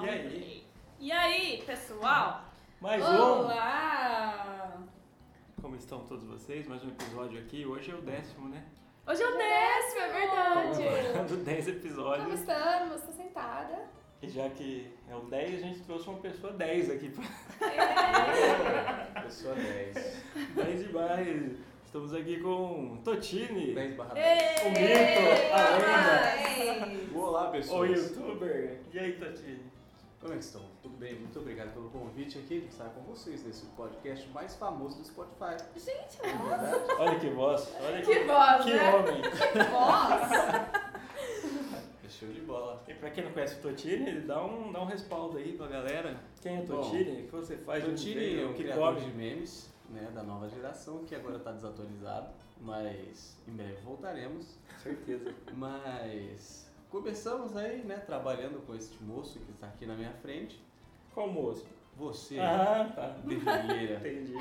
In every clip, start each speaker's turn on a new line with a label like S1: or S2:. S1: E aí?
S2: E aí, pessoal?
S1: Mais um!
S2: Olá!
S1: Como estão todos vocês? Mais um episódio aqui. Hoje é o décimo, né?
S2: Hoje é o décimo, é verdade!
S1: Do 10
S3: Como
S1: episódios.
S3: estamos? Estou sentada.
S1: E já que é o 10, a gente trouxe uma pessoa 10 aqui. pra-
S4: Pessoa 10.
S1: 10 demais! Estamos aqui com Totini,
S4: 10 barra
S3: É.
S4: 10.
S2: Ei!
S1: O mito, a lenda.
S4: Olá,
S1: o
S4: pessoas.
S1: youtuber. E aí, Totini?
S4: Como é que estão? Tudo bem? Muito obrigado pelo convite aqui de estar com vocês nesse podcast mais famoso do Spotify.
S3: Gente,
S4: Não é verdade?
S1: Olha que voz, olha que,
S2: Que voz,
S1: que
S2: né?
S1: homem.
S3: voz!
S4: É show de bola.
S1: E pra quem não conhece o Totini, dá um, dá um respaldo aí pra galera. Quem é
S4: Bom,
S1: Totini? O que você faz? um de onde
S4: Totini
S1: veio?
S4: é o
S1: O que
S4: criador
S1: come?
S4: de memes né, da nova geração, que agora está desatualizado, mas em breve voltaremos.
S1: Certeza.
S4: Mas começamos aí, né, trabalhando com este moço que está aqui na minha frente.
S1: Qual moço?
S4: Você,
S1: Ah, tá.
S4: devilheira.
S1: Entendi.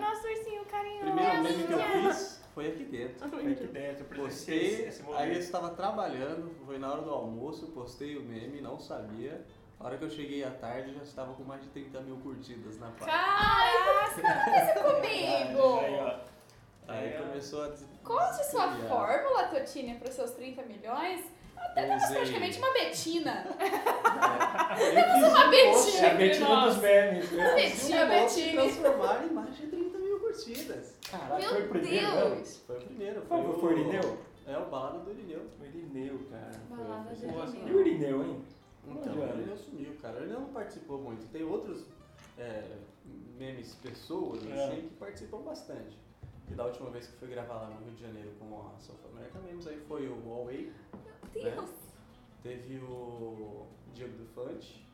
S2: Nosso ursinho
S4: O
S2: carinhoso.
S4: primeiro meme que eu fiz foi aqui dentro.
S1: Foi aqui dentro, eu presenciei esse-
S4: Postei,
S1: esse
S4: aí eu
S1: momento.
S4: estava trabalhando, foi na hora do almoço, postei o meme, não sabia. A hora que eu cheguei à tarde já estava com mais de 30 mil curtidas na página.
S2: é Caraca!
S1: Ah, Aí,
S3: Comigo!
S1: ó.
S4: Aí
S1: Aí, ó.
S4: começou a des-
S3: Conte sua
S1: é.
S4: desviar.
S3: fórmula, Totini, para os seus 30 milhões. Até
S4: Eu
S3: temos
S1: é.
S4: usei-
S3: praticamente uma betina. Ah,
S4: Eu fiz
S3: Uma
S4: um post,
S1: É
S3: betina!
S1: a Betina dos memes. né?
S4: fiz um
S3: Betina,
S4: post de
S3: Betina.
S4: transformar em mais de 30 mil curtidas.
S1: Caraca,
S3: Meu
S1: então foi o primeiro.
S3: Deus!
S1: né?
S4: Foi o primeiro.
S1: Foi o foi o Irineu?
S4: É, o Balada do Irineu.
S1: O Irineu, cara.
S3: Balada
S4: Foi-
S3: do
S4: foi-
S1: Nossa,
S3: Irineu.
S1: E o Irineu, hein?
S4: Então,
S1: Olha.
S4: o Irineu sumiu, cara. O Irineu não participou muito. Tem outros é, memes, pessoas,
S1: É.
S4: assim, que participam bastante. E da última vez que fui gravar lá no Rio de Janeiro com a South America Memes, aí foi o Huawei,
S3: Deus.
S4: teve o Diego Dufante,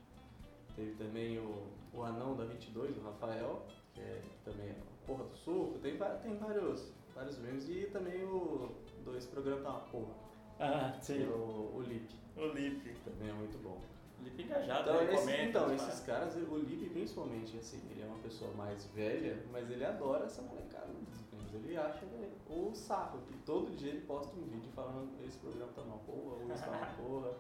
S4: teve também o, o Anão da 22, o Rafael, que é também é o Porra do Suco, tem, va- tem vários, vários memes, e também o dois programas da Porra,
S1: Ah,
S4: que é
S1: sim.
S4: o, o Lip,
S1: O Lipe.
S4: também é muito bom.
S1: Lipe engajado,
S4: Então,
S1: né?
S4: esses,
S1: Comenta,
S4: então,
S1: fala.
S4: esses caras, o Lipe principalmente, assim, ele é uma pessoa mais velha, mas ele adora essa molecada dos games. Ele acha né, o saco, que todo dia ele posta um vídeo falando esse programa tá uma porra, ou isso tá uma porra.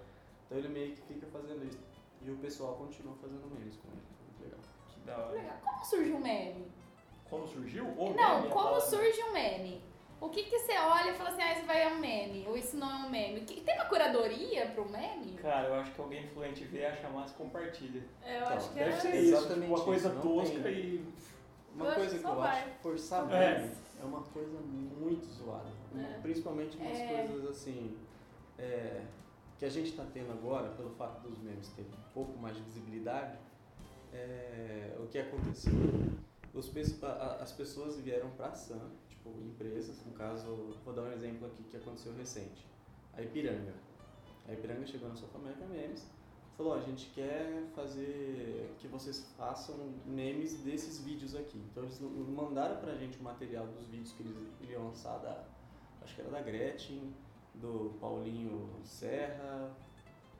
S4: Então ele meio que fica fazendo isso. E o pessoal continua fazendo memes com ele. Muito legal.
S1: Que da hora.
S3: Legal. Como surge um meme?
S1: Como surgiu?
S3: Não,
S1: Ou meme, né? a
S3: como
S1: palavra?
S3: surge um meme? O que, que você olha e fala assim, ah, isso vai é um meme, ou isso não é um meme? Que- Tem uma curadoria para o meme?
S1: Cara, eu acho que alguém influente vê, acha massa e compartilha.
S2: Eu
S4: Então,
S2: acho que
S1: Deve
S2: é.
S1: ser isso.
S4: Exatamente
S1: tipo, Uma coisa
S4: isso, não
S1: tosca
S4: tem.
S1: e...
S4: Uma
S3: Eu acho
S4: coisa
S3: que
S4: que
S3: só
S4: eu
S3: vai.
S4: acho, forçar
S1: É.
S4: meme é uma coisa muito zoada.
S3: É.
S4: Principalmente umas
S3: É.
S4: coisas assim é, que a gente está tendo agora, pelo fato dos memes terem um pouco mais de visibilidade, é, o que aconteceu? Os pes- a- a- as pessoas vieram para ação, tipo empresas, no caso, vou dar um exemplo aqui que aconteceu recente. A Ipiranga. A Ipiranga chegou na South America Memes falou, ó, a gente quer fazer que vocês façam memes desses vídeos aqui. Então eles mandaram pra gente o material dos vídeos que eles iriam lançar da, acho que era da Gretchen, do Paulinho Serra,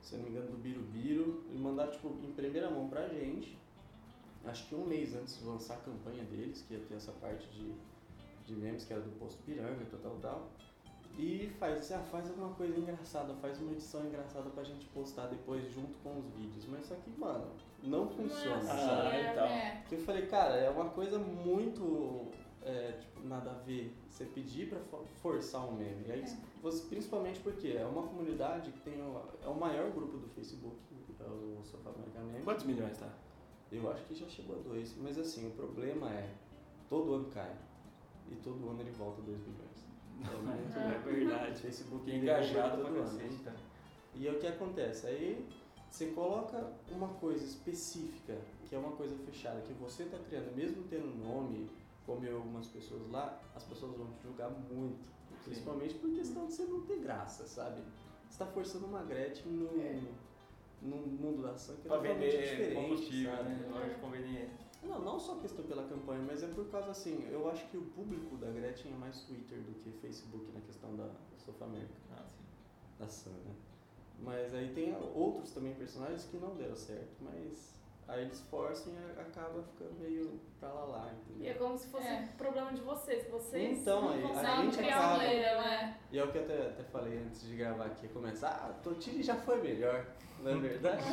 S4: se eu não me engano do Birubiru, e mandaram tipo em primeira mão pra gente. Acho que um mês antes de lançar a campanha deles, que ia ter essa parte de, de memes, que era do posto Piranga, tal, tal, tal. E faz, assim, ah, faz alguma coisa engraçada, faz uma edição engraçada pra gente postar depois junto com os vídeos. Mas só que, mano, não funciona.
S1: Ah,
S4: sabe?
S5: assim,
S1: é, então.
S5: né?
S3: é.
S4: Que eu falei, cara, é uma coisa muito é, tipo, nada a ver você pedir pra fo- forçar um meme. E aí, você, principalmente porque é uma comunidade que tem o, é o maior grupo do Facebook, é o South America Memes.
S1: Quantos milhões tá?
S4: Eu acho que já chegou a dois. Mas assim, o problema é, todo ano cai. E todo ano ele volta a 2 bilhões. É muito
S1: É
S4: louco. O
S1: verdade.
S4: Facebook
S1: Fiquei
S4: derruba
S1: engajado
S4: todo
S1: pra
S4: ano.
S1: cacete, tá?
S4: E é o que acontece? Aí você coloca uma coisa específica, que é uma coisa fechada, que você está criando, mesmo tendo nome, como eu, algumas pessoas lá, as pessoas vão te julgar muito. Principalmente por questão de você não ter graça, sabe? Você tá forçando uma Gretchen no,
S5: É.
S4: no mundo da ação que é
S1: Pra
S4: totalmente
S1: vender
S4: diferente.
S1: combustível,
S4: sabe?
S1: né? Na hora de conveniência.
S4: Não, não só a questão pela campanha, mas é por causa assim, eu acho que o público da Gretchen é mais Twitter do que Facebook na questão da Sofamérica,
S1: Ah, sim.
S4: da Sam, né? Mas aí tem a- outros também personagens que não deram certo, mas aí eles forçam e a- acaba ficando meio pra lá lá,
S5: E é
S4: entendeu?
S5: como se fosse
S3: É.
S5: um problema de vocês. Vocês
S4: Então,
S5: não
S4: aí, a
S5: conseguem
S4: gente
S5: criar
S4: acaba-
S5: um leira, né?
S3: né?
S4: E é o que eu até, até falei antes de gravar aqui, começar, ah, Totini já foi melhor, não é verdade?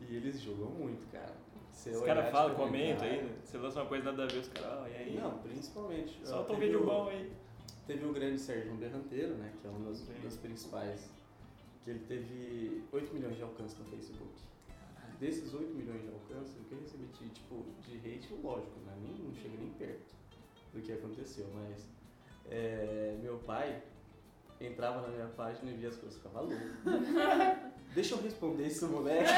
S4: e eles jogam muito, cara. Você
S1: Os
S4: olhar,
S1: caras
S4: tipo,
S1: falam,
S4: cara,
S1: comentam aí. Você lança uma coisa nada a ver, os caras, ah, e aí?
S4: né? Não, principalmente.
S1: Solta um
S4: Teve
S1: vídeo
S4: o-
S1: bom aí.
S4: Teve o grande Sérgio Berranteiro, né? Que é um dos,
S1: Sim.
S4: dos principais. Que ele teve 8 milhões de alcance no Facebook. Desses 8 milhões de alcance, o que eu recebi de, tipo, de hate, lógico, né? Nem, não chega nem perto do que aconteceu, mas é, meu pai entrava na minha página e via as coisas, ficava louco. Deixa eu responder isso, moleque.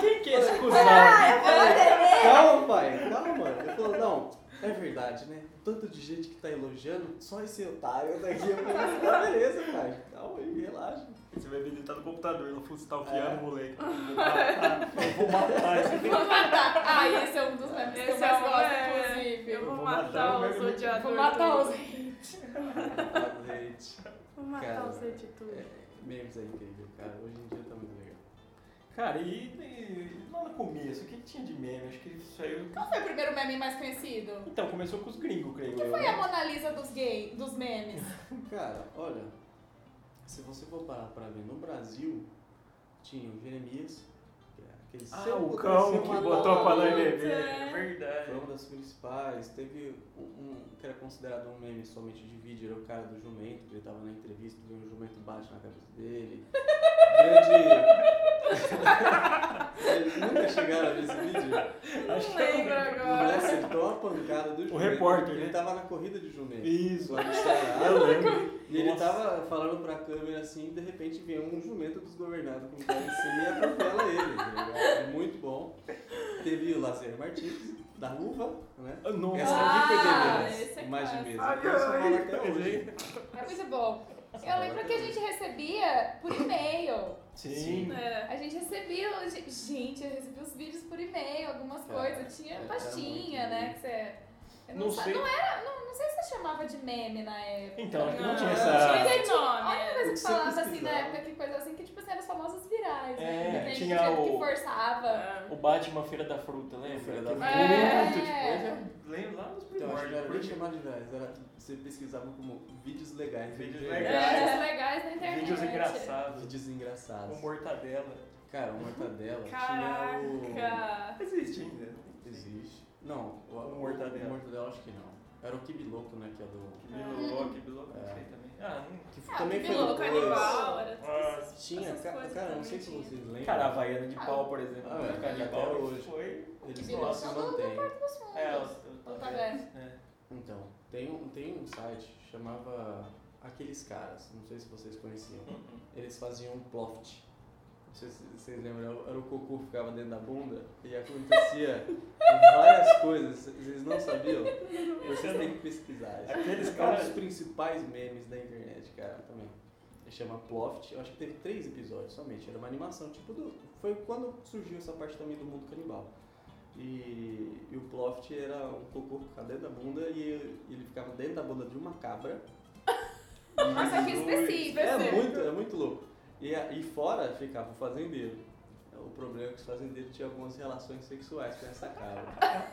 S1: Quem que é esse cuzão?
S5: É.
S4: Calma, pai, calma. Ele falou, não, é verdade, né? Tanto de gente que tá elogiando, só esse otário daqui. Eu falei, assim, tá, beleza, pai. Calma aí, relaxa.
S1: Você vai visitar no computador, não fosse stalkeando
S4: É.
S1: o moleque. Eu vou matar esse
S3: Vou matar. Ah, esse é um dos memes que eu
S5: Esse é
S3: mais
S5: um-
S3: gosto,
S5: é,
S3: inclusive.
S5: Eu vou
S1: Vou
S5: matar
S1: matar o
S5: os
S1: meu-
S5: odiadores.
S3: Vou matar
S5: do-
S3: os
S4: Azeite.
S5: Vou matar
S4: Cara,
S5: os editores.
S4: É, memes é incrível, cara. Hoje em dia tá muito legal.
S1: Cara, e, e lá no começo, o que que tinha de meme? Acho que isso saiu.
S3: Qual foi o primeiro meme mais conhecido?
S1: Então, começou com os gringos, creio
S3: Que
S1: eu.
S3: foi
S1: né?
S3: a Mona Lisa dos gay, dos memes.
S4: Cara, olha, se você for parar pra ver, no Brasil tinha o Jeremias, que é aquele
S1: Ah,
S4: seu
S1: o
S4: potencial
S1: cão que botou pra nós
S5: adulto,
S1: beber.
S5: é.
S4: Foi uma
S1: Verdade.
S4: das principais. Teve um um que era considerado um meme somente de vídeo, era o cara do jumento, que ele tava na entrevista, viu um jumento bate na cabeça dele. Grande. Eles nunca chegaram a ver esse vídeo.
S1: Acho
S5: Não
S1: que é
S5: lembro
S1: eu-
S4: O moleque
S5: agora.
S4: acertou a pancada do jumento.
S1: repórter,
S4: Ele
S1: né?
S4: tava na corrida de jumento.
S1: Isso,
S4: Lá no
S1: eu
S4: Ceará.
S1: lembro.
S4: né? E ele
S1: Nossa.
S4: tava falando pra câmera assim, e de repente vem um jumento desgovernado com o cara em cima e atropela ele. tá ligado? É muito bom. Teve o Lazer Martins, da Luva, né?
S1: Nossa.
S4: Essa aqui
S3: Ah,
S4: foi
S3: esse é
S4: delícia. Mais de mesa.
S5: Ah,
S1: é
S5: clássico.
S4: Eu só falo
S1: Ai,
S4: até
S1: ai.
S4: hoje.
S3: É muito bom. Eu lembro que a gente recebia por e-mail.
S1: Sim.
S5: É.
S3: A gente recebia. os- Gente, eu recebi os vídeos por e-mail, algumas
S1: É,
S4: Cara,
S3: coisas. Tinha
S4: era
S3: pastinha,
S4: muito
S3: né?
S4: bom.
S3: Que você. eu
S1: Não
S3: sa-
S1: sei.
S3: Não, era, não, não sei se você chamava de meme na época.
S1: Então, acho que não
S5: Não,
S1: tinha né?
S5: tinha
S1: essa.
S5: esse nome.
S3: Olha, mas
S4: O
S3: eu
S4: que você
S3: falava assim na
S4: pesquisava.
S3: época que coisa assim que tipo assim, eram os famosos virais.
S1: É,
S3: né? Depende
S1: tinha
S3: do jeito
S1: o-
S3: que forçava.
S5: Ah.
S1: O Batman Feira da Fruta, lembra?
S4: Feira da
S1: Aquele
S4: Fruta.
S5: É.
S1: monte de
S3: É.
S1: coisa. Eu Lembro lá nos
S4: Então, acho que não era nem
S1: primórdios.
S4: chamado de virais, era você pesquisava como vídeos legais. da
S1: Vídeos
S4: internet.
S1: legais.
S3: Vídeos legais na internet.
S1: Vídeos engraçados.
S4: Vídeos
S1: O
S4: engraçados.
S1: mortadela.
S4: Cara, o Mortadela tinha
S5: Caraca.
S1: Existe ainda.
S4: o... Existe. Não, o,
S1: O Mortadela.
S4: o Mortadela acho que não. Era o Kibiloco, né, que é do...
S1: Biloco, Biloco, não sei também. Ah,
S4: Que
S3: Ah,
S4: também foi
S5: Vilão,
S4: depois.
S5: canibal, era tudo
S1: Ah,
S5: essas-
S4: Tinha,
S5: essas
S4: ca-
S5: coisas
S4: cara, não
S5: também
S4: sei se
S5: tinha.
S4: vocês lembram.
S1: não. Cara, a Havaiana de
S3: Ah.
S1: pau, por exemplo.
S4: Ah, é,
S1: Canibal
S4: até hoje.
S1: Foi.
S4: eles
S3: Kibiloco
S4: nossa,
S3: é
S4: não
S3: do- Dos
S4: tem.
S3: fundos.
S1: É, os- os-
S3: Então tá vendo.
S1: é.
S4: Então, tem um, tem um site que chamava Aqueles Caras, não sei se vocês conheciam.
S1: Uhum.
S4: Eles faziam um ploft. Não sei se vocês lembram, era o cocô que ficava dentro da bunda e acontecia várias coisas, vocês não sabiam? Vocês têm que pesquisar. isso.
S1: Aqueles
S4: É um dos
S1: caras-
S4: principais memes da internet, cara, também. Ele chama Ploft, eu acho que teve três episódios somente, era uma animação, tipo do. Foi quando surgiu essa parte também do mundo canibal. E, e o Ploft era um cocô que ficava dentro da bunda e ele ficava dentro da bunda de uma cabra.
S3: Nossa, que
S4: E-
S3: específico.
S4: é muito, é muito louco. E, a- e fora ficava o fazendeiro. O problema é que os fazendeiros tinham algumas relações sexuais com essa cabra.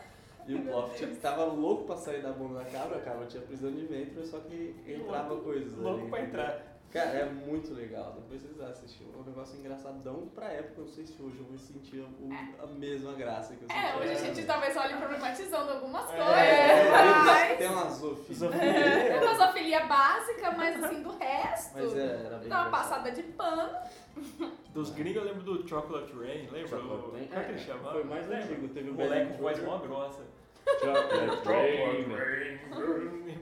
S4: E o Ploft tava louco pra sair da bunda da cabra, a cabra tinha prisão de ventre, só que entrava coisas ali.
S1: Louco pra entrar.
S4: Cara, é muito legal. Depois vocês assistem. É um negócio engraçadão pra época. Eu não sei se hoje eu vou sentir o- a mesma graça que eu senti.
S3: É, hoje a
S4: na
S3: gente
S4: época.
S3: talvez olhe problematizando algumas
S1: É.
S3: coisas.
S4: É,
S3: mas-
S4: tem uma zoofilia.
S1: Zoofilia.
S3: É uma zoofilia básica, mas assim, do resto.
S4: Mas é, era bem
S3: Dá uma
S4: engraçado.
S3: passada de pano.
S1: Dos gringos eu lembro do Chocolate Rain, lembra?
S4: Chocolate Rain?
S1: Como é que ele
S4: É,
S1: chamava?
S4: foi mais
S1: Lembra?
S4: antigo, né? teve o
S1: o moleque com
S4: Benny
S1: voz
S4: Jr.
S1: mó grossa.
S4: Chocolate
S1: Rain.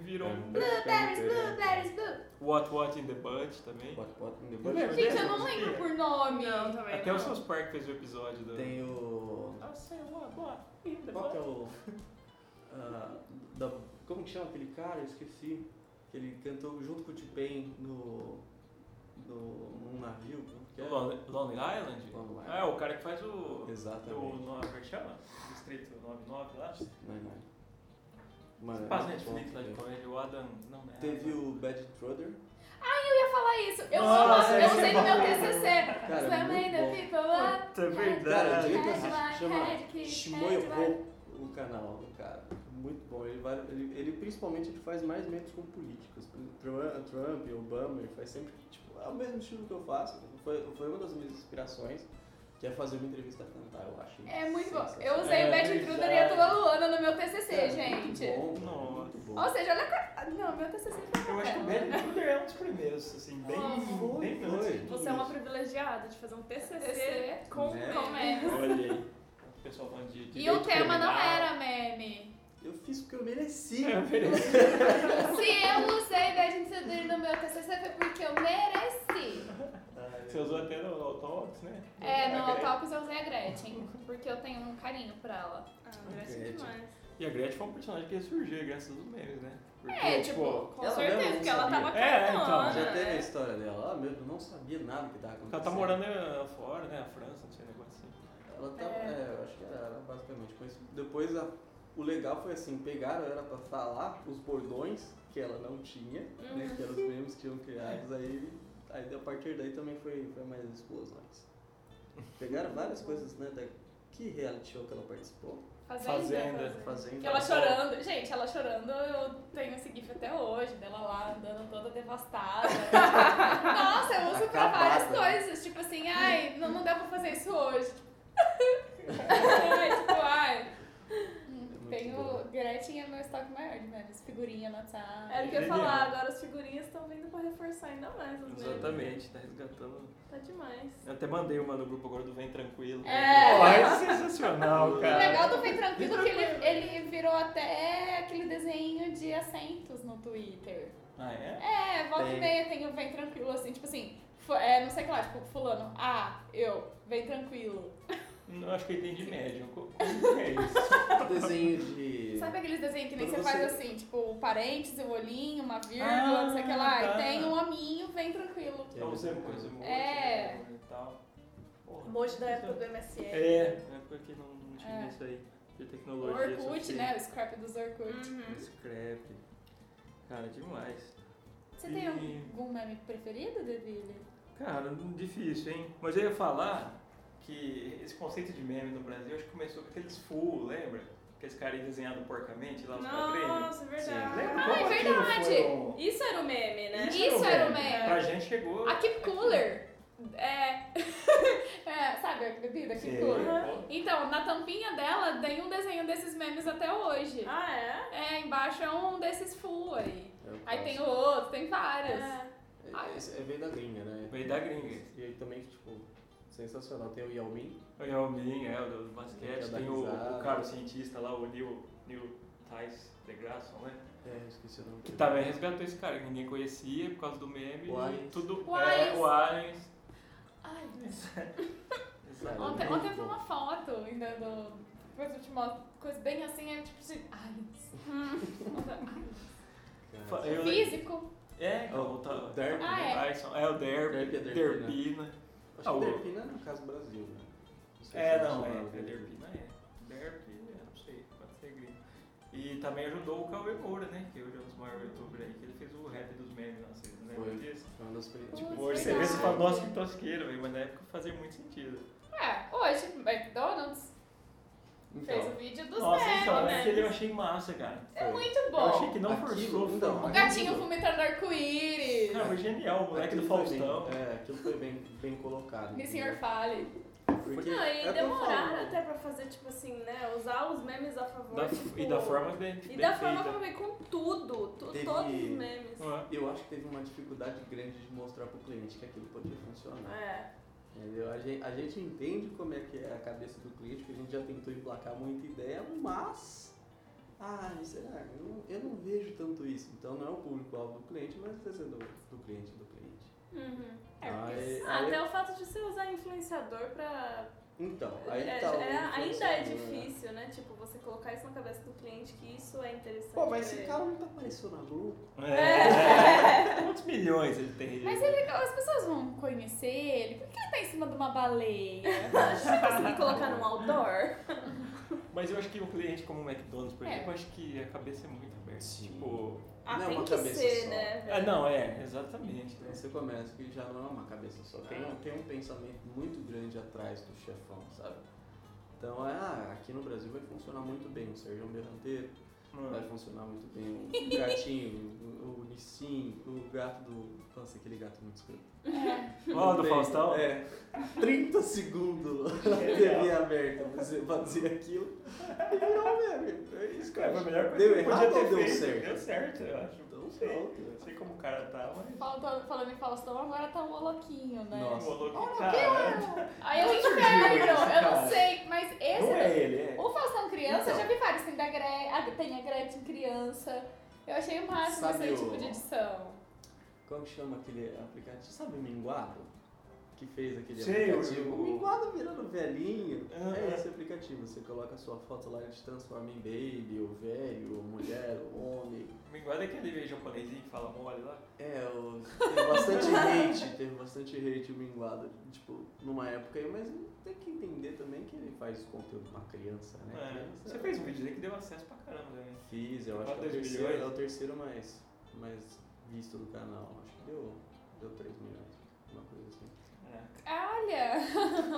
S1: Virou
S4: né?
S1: um...
S3: Blueberries, blueberries, blueberries.
S1: What What in the Bud também.
S4: Bota, bota,
S1: Lembra
S3: Gente,
S1: dessa
S3: eu não
S1: musiquinha?
S3: lembro por nome.
S5: Não, também
S1: Até
S5: não.
S1: o South Park fez o episódio do...
S4: Tem o.
S1: I'll say what what in the
S4: Qual que é
S1: bud.
S4: o. ah, da, como que chama aquele cara? Eu esqueci. Que ele cantou junto com o T-Pain no. do, num navio. como que
S1: O
S4: é?
S1: Lon- Lonely Island?
S4: Lonely Island.
S1: Ah, é o cara que faz o. O
S4: Exatamente.
S1: no- como é que chama? Distrito 99 lá.
S4: Não é nada. Mano,
S1: Faz
S4: é
S1: Netflix né, tipo, lá
S4: bom,
S1: de
S4: é.
S1: comédia, o Adam. Não, né?
S4: Teve o Bad Trother.
S3: Eu ia falar isso. Eu
S1: Nossa,
S3: sou, eu
S1: esse é
S3: usei no meu
S1: bom.
S3: TCC.
S4: Cara, é
S3: Some
S4: muito
S3: of the
S4: bom.
S3: people ah, are-
S1: Puta, é
S4: Cara,
S1: verdade.
S4: direito
S3: Head
S4: assiste,
S3: back,
S4: chama
S3: head kick,
S4: Shimoyo
S3: head
S4: Ho, o canal do cara. Muito bom. Ele, vai, ele, ele principalmente ele faz mais memes com políticos. Trump, Trump, Obama, ele faz sempre tipo, é o mesmo estilo que eu faço. Foi, foi uma das minhas inspirações, que é fazer uma entrevista a cantar, eu acho.
S3: É muito bom. Eu
S4: sensacional.
S3: usei
S1: É
S3: o Bad
S1: verdade.
S3: Intruder e a Tua Luana no meu TCC,
S4: Cara, é muito
S3: gente.
S4: bom, cara,
S1: Nossa.
S4: muito bom.
S3: Ou seja, olha... a ca- Não, meu TCC foi
S1: Eu acho que o
S3: papel.
S1: Bad Brother é um dos primeiros, assim, bem.
S4: Foi,
S1: bem
S4: foi.
S1: antes de tudo
S5: Você é uma
S1: isso.
S5: privilegiada de fazer um TCC
S3: TCC
S5: com
S4: Né?
S3: com
S1: é.
S5: meme.
S3: memes.
S1: Olha aí. O pessoal falando de.
S3: E o
S1: direito
S3: tema não
S1: criminal.
S4: tá.
S3: era meme.
S4: Eu fiz porque eu mereci.
S1: É, eu mereci.
S3: Se eu usei Bad Intruder no meu TCC foi porque eu mereci.
S4: Ai,
S1: Você usou até no Autobox, né?
S3: É, no
S1: A Gretchen.
S3: Autopus eu usei a Gretchen, porque eu tenho um carinho por ela.
S5: Ah, merece
S4: Entendi.
S5: demais.
S1: E a Gretchen foi um personagem que surgiu graças aos memes, né? Porque,
S3: É, tipo,
S5: Com
S4: Ela mesmo
S5: certeza,
S4: não
S5: porque ela
S4: sabia.
S5: tava
S1: É, então,
S5: carona,
S4: Já teve a
S5: né?
S4: história dela. Ela mesmo não sabia nada que estava acontecendo.
S1: Ela tá morando eh, fora, né? A França, não sei, um negócio assim.
S4: Ela tá,
S5: É.
S4: é, eu acho que era, era basicamente. Mas depois a- o legal foi assim, pegaram ela pra falar os bordões que ela não tinha, né? Que eram
S5: Uhum.
S4: os mesmos que tinham criados, aí, aí a partir daí também foi, foi mais explosões. Pegaram várias coisas, né? Da, que reality show que ela participou?
S5: Fazenda.
S1: Fazenda.
S4: Fazenda.
S5: É. Que ela chorando, gente, ela chorando, eu tenho esse gif até hoje, dela lá andando toda devastada.
S3: Nossa, eu uso pra
S4: Acabada.
S3: várias coisas. Tipo assim, ai, não, não dá pra fazer isso hoje.
S5: ai, tipo, ai.
S4: muito
S3: Tenho.
S4: boa.
S3: Gretchen é meu estoque maior de memes. Figurinha no WhatsApp.
S5: É, Era o que eu ia
S1: Genial.
S5: falar, agora os figurinhas estão vindo pra reforçar ainda mais os memes.
S1: Exatamente, tá resgatando.
S5: Tá demais.
S1: Eu até mandei uma no grupo agora do Vem Tranquilo.
S3: É.
S1: Mas sensacional,
S3: O
S1: cara.
S3: legal do Vem Tranquilo é que ele, ele virou até aquele desenho de assentos no Twitter.
S1: Ah, é?
S3: É, volta
S4: Tem.
S3: e meia tem o Vem Tranquilo, assim, tipo assim, fu- é, não sei o que lá, tipo, fulano, ah, eu, Vem Tranquilo.
S1: Não, acho que ele tem de médium. Co- Como que é isso?
S4: Desenho de.
S3: Sabe aqueles desenhos que nem
S4: Quando
S3: você
S4: você-
S3: faz assim, tipo, o parênteses, o olhinho, uma vírgula, não sei o que lá,
S1: Ah, tá.
S3: e tem um hominho, Vem Tranquilo.
S4: Que é
S1: Então você
S4: desenho-
S1: coisa muito
S3: É.
S1: né, E tal. Porra,
S5: Emoji da
S1: isso-
S5: época do MSN.
S1: É, na época que não, não tinha
S3: É.
S1: isso aí. De
S3: O
S1: tecnologia. só
S3: Orkut,
S1: tinha
S3: né? O scrap dos Orkut.
S5: Uhum.
S1: Scrap. Cara, demais.
S3: Você tem
S1: E-
S3: algum meme preferido, Deville?
S1: Cara, difícil, hein? Mas eu ia falar que esse conceito de meme no Brasil acho que começou com aqueles full, lembra? Aqueles caras desenhados porcamente lá os quadrinhos.
S5: Nossa, é verdade.
S1: Lembra
S3: Ah,
S1: como
S3: é
S1: aquilo
S3: verdade!
S1: foi um-
S5: Isso era o meme, né?
S3: Isso era o meme.
S1: Pra gente chegou.
S3: A Keep Cooler.
S5: É.
S3: É, sabe a bebida Keep
S1: Sim.
S3: Cooler?
S1: Pô,
S3: Então, na tampinha dela tem um desenho desses memes até hoje.
S5: Ah, é?
S3: É, embaixo é um desses full aí.
S4: Eu
S3: Aí
S4: gosto.
S3: tem o outro, tem várias.
S5: É.
S4: É, esse é veio da gringa, né?
S1: Veio da gringa.
S4: E aí também, tipo, sensacional. Tem o Yao Ming.
S1: O Yao Ming, é, o do
S4: Quer
S1: basquete.
S4: dar
S1: Tem o,
S4: risada.
S1: o cara o cientista lá, o Neil, Neil Tice deGrasse, né?
S4: É, esqueci o nome
S1: Que tá
S4: dele.
S1: também resgatou esse cara que ninguém conhecia por causa do meme.
S4: O
S1: e
S4: Aliens.
S1: Tudo,
S3: O
S1: é,
S3: Aliens.
S1: o Aliens.
S3: Ai,
S1: Exato.
S4: Cara,
S3: ontem,
S4: muito
S3: ontem eu vi
S4: bom.
S3: uma foto ainda do. Depois eu te mostro. Coisa bem assim, é tipo assim. Ai,
S4: Cara,
S1: Eu-
S3: físico.
S1: É,
S4: É o
S1: então, tá,
S4: Derby,
S3: Ah, é.
S1: Tyson, é o Derby,
S4: Derby é
S1: Derby
S4: Derpina.
S1: Derpina.
S4: Acho
S1: Ah, o-
S4: que Derpina é no caso Brasil, né? sei
S1: É,
S4: se né?
S1: não, é,
S4: chamava
S1: é Derpina, é. Derpina, não sei, pode ser gringo. E também ajudou o Cauê Moura, né, que hoje é um dos maiores youtubers aí, que ele fez o rap dos memes, não sei, não lembra
S4: Foi.
S1: disso?
S4: Foi uma das primeiras.
S3: Putz,
S4: Tipo,
S1: Hoje você
S3: verdade.
S1: vê se fala, nossa, que tosqueiro, velho, mas na época fazia muito sentido.
S3: É, hoje, McDonald's fez o
S4: Então,
S3: vídeo dos
S1: nossa,
S3: memes.
S1: então,
S5: memes.
S1: aquele eu achei massa, cara.
S3: É
S4: foi.
S3: muito
S1: Eu achei
S3: bom.
S1: que não
S4: Aquilo,
S1: forçou, foi
S4: então,
S1: um-
S3: O gatinho
S4: Aquilo.
S3: vomitando arco-íris.
S1: Cara, foi genial, o moleque do
S4: Aquilo foi bem-
S1: Faustão.
S4: É, aquilo foi bem, bem colocado.
S3: Me
S4: entendeu?
S3: senhor fale.
S4: Porque
S5: Não,
S4: é
S5: e
S4: o que eu
S5: demoraram
S4: falo.
S5: até pra fazer, tipo assim, né? Usar os memes a favor.
S1: Da-
S5: tipo,
S1: e da forma bem,
S5: E
S1: bem
S5: da
S1: feita.
S5: forma como veio com tudo. tu-
S4: Teve-
S5: Todos os memes.
S1: Ah,
S4: Eu acho que teve uma dificuldade grande de mostrar pro cliente que aquilo podia funcionar.
S5: É.
S4: Entendeu? A gente, a gente entende como é que é a cabeça do cliente, porque a gente já tentou emplacar muita ideia, mas. Ah, será? Eu não, eu não vejo tanto isso. Então não é o público-alvo do cliente, mas está sendo do cliente do cliente.
S5: Uhum.
S3: É,
S4: Aí-
S3: porque
S4: aí-
S5: Ah, até o fato de você usar influenciador pra
S4: Então, aí
S5: É,
S4: tá o
S5: é, ainda é
S4: influenciador, né?
S5: difícil, né? Tipo, você colocar isso na cabeça do cliente que isso é interessante.
S4: Pô, mas
S5: pra
S4: esse
S5: ele.
S4: cara tá nunca apareceu na Globo.
S1: É. Quantos milhões ele tem?
S3: Mas é legal, as pessoas vão conhecer ele. Por que ele tá em cima de uma baleia?
S5: A gente vai conseguir colocar num outdoor?
S1: Mas eu acho que um cliente como o McDonald's, por
S3: É.
S1: exemplo, eu acho que a cabeça é muito aberta.
S4: Sim.
S1: Tipo.
S5: Ah,
S4: Não é
S5: tem
S4: uma
S5: que
S4: cabeça
S5: ser,
S4: só.
S5: né? velho?
S1: Ah, não, é, exatamente. né?
S4: Então, Você começa que já não é uma cabeça só. Tem, um- tem um pensamento muito grande atrás do chefão, sabe? Então, é, ah, aqui no Brasil vai funcionar muito bem o Sérgio Berranteiro, vai
S1: Mano,
S4: funcionar muito bem o Gatinho, o, o Nissin, o gato do... Nossa, aquele gato muito escuro.
S1: ó, do
S4: Tem,
S1: Faustão?
S4: É. 30 segundos na TV aberta pra você fazer aquilo e virar um meme. É isso,
S1: Cara, foi
S4: cara.
S1: a melhor coisa
S4: Deu
S1: que
S4: errado
S1: podia
S4: ou
S1: ter
S4: deu
S1: feito.
S4: certo?
S1: Deu certo, eu acho.
S4: Então,
S1: não sei. Não
S4: pronto.
S1: sei como o cara tá, mas.
S3: Falando, falando em Faustão, agora tá o Oloquinho, né?
S4: Nossa.
S1: Rolou que tá, cara.
S3: Aí eu
S1: Surgiu
S3: inferno,
S1: esse
S3: eu
S1: cara.
S3: não sei, mas esse...
S1: Não é ele, é.
S3: O Faustão Criança,
S4: Então.
S3: eu já vi vários, tem, da Gre... ah, tem a Gretchen Criança. Eu achei o máximo
S4: Sabe
S3: esse
S4: o-
S3: tipo de edição.
S4: Como chama aquele aplicativo? Sabe o Minguado? Que fez aquele
S1: Sei,
S4: aplicativo?
S1: o-
S4: O Minguado virando velhinho.
S1: Ah,
S4: é
S1: é.
S4: esse aplicativo. Você coloca a sua foto lá e te transforma em baby, ou velho, ou mulher, ou homem.
S1: Me guarda aquele japonesinho que fala mole lá.
S4: É, o- teve bastante hate, teve bastante hate o Minguado, tipo, numa época aí, mas tem que entender também que ele faz conteúdo pra criança, né?
S1: É,
S4: Criança-
S1: Você fez um vídeo aí que deu acesso pra caramba né? também.
S4: Fiz, eu acho que é o
S1: Quase dois
S4: terceiro,
S1: milhões.
S4: é o terceiro mais, mais visto do canal. Acho que deu, deu 3 milhões, uma coisa assim.
S1: É.
S3: Olha!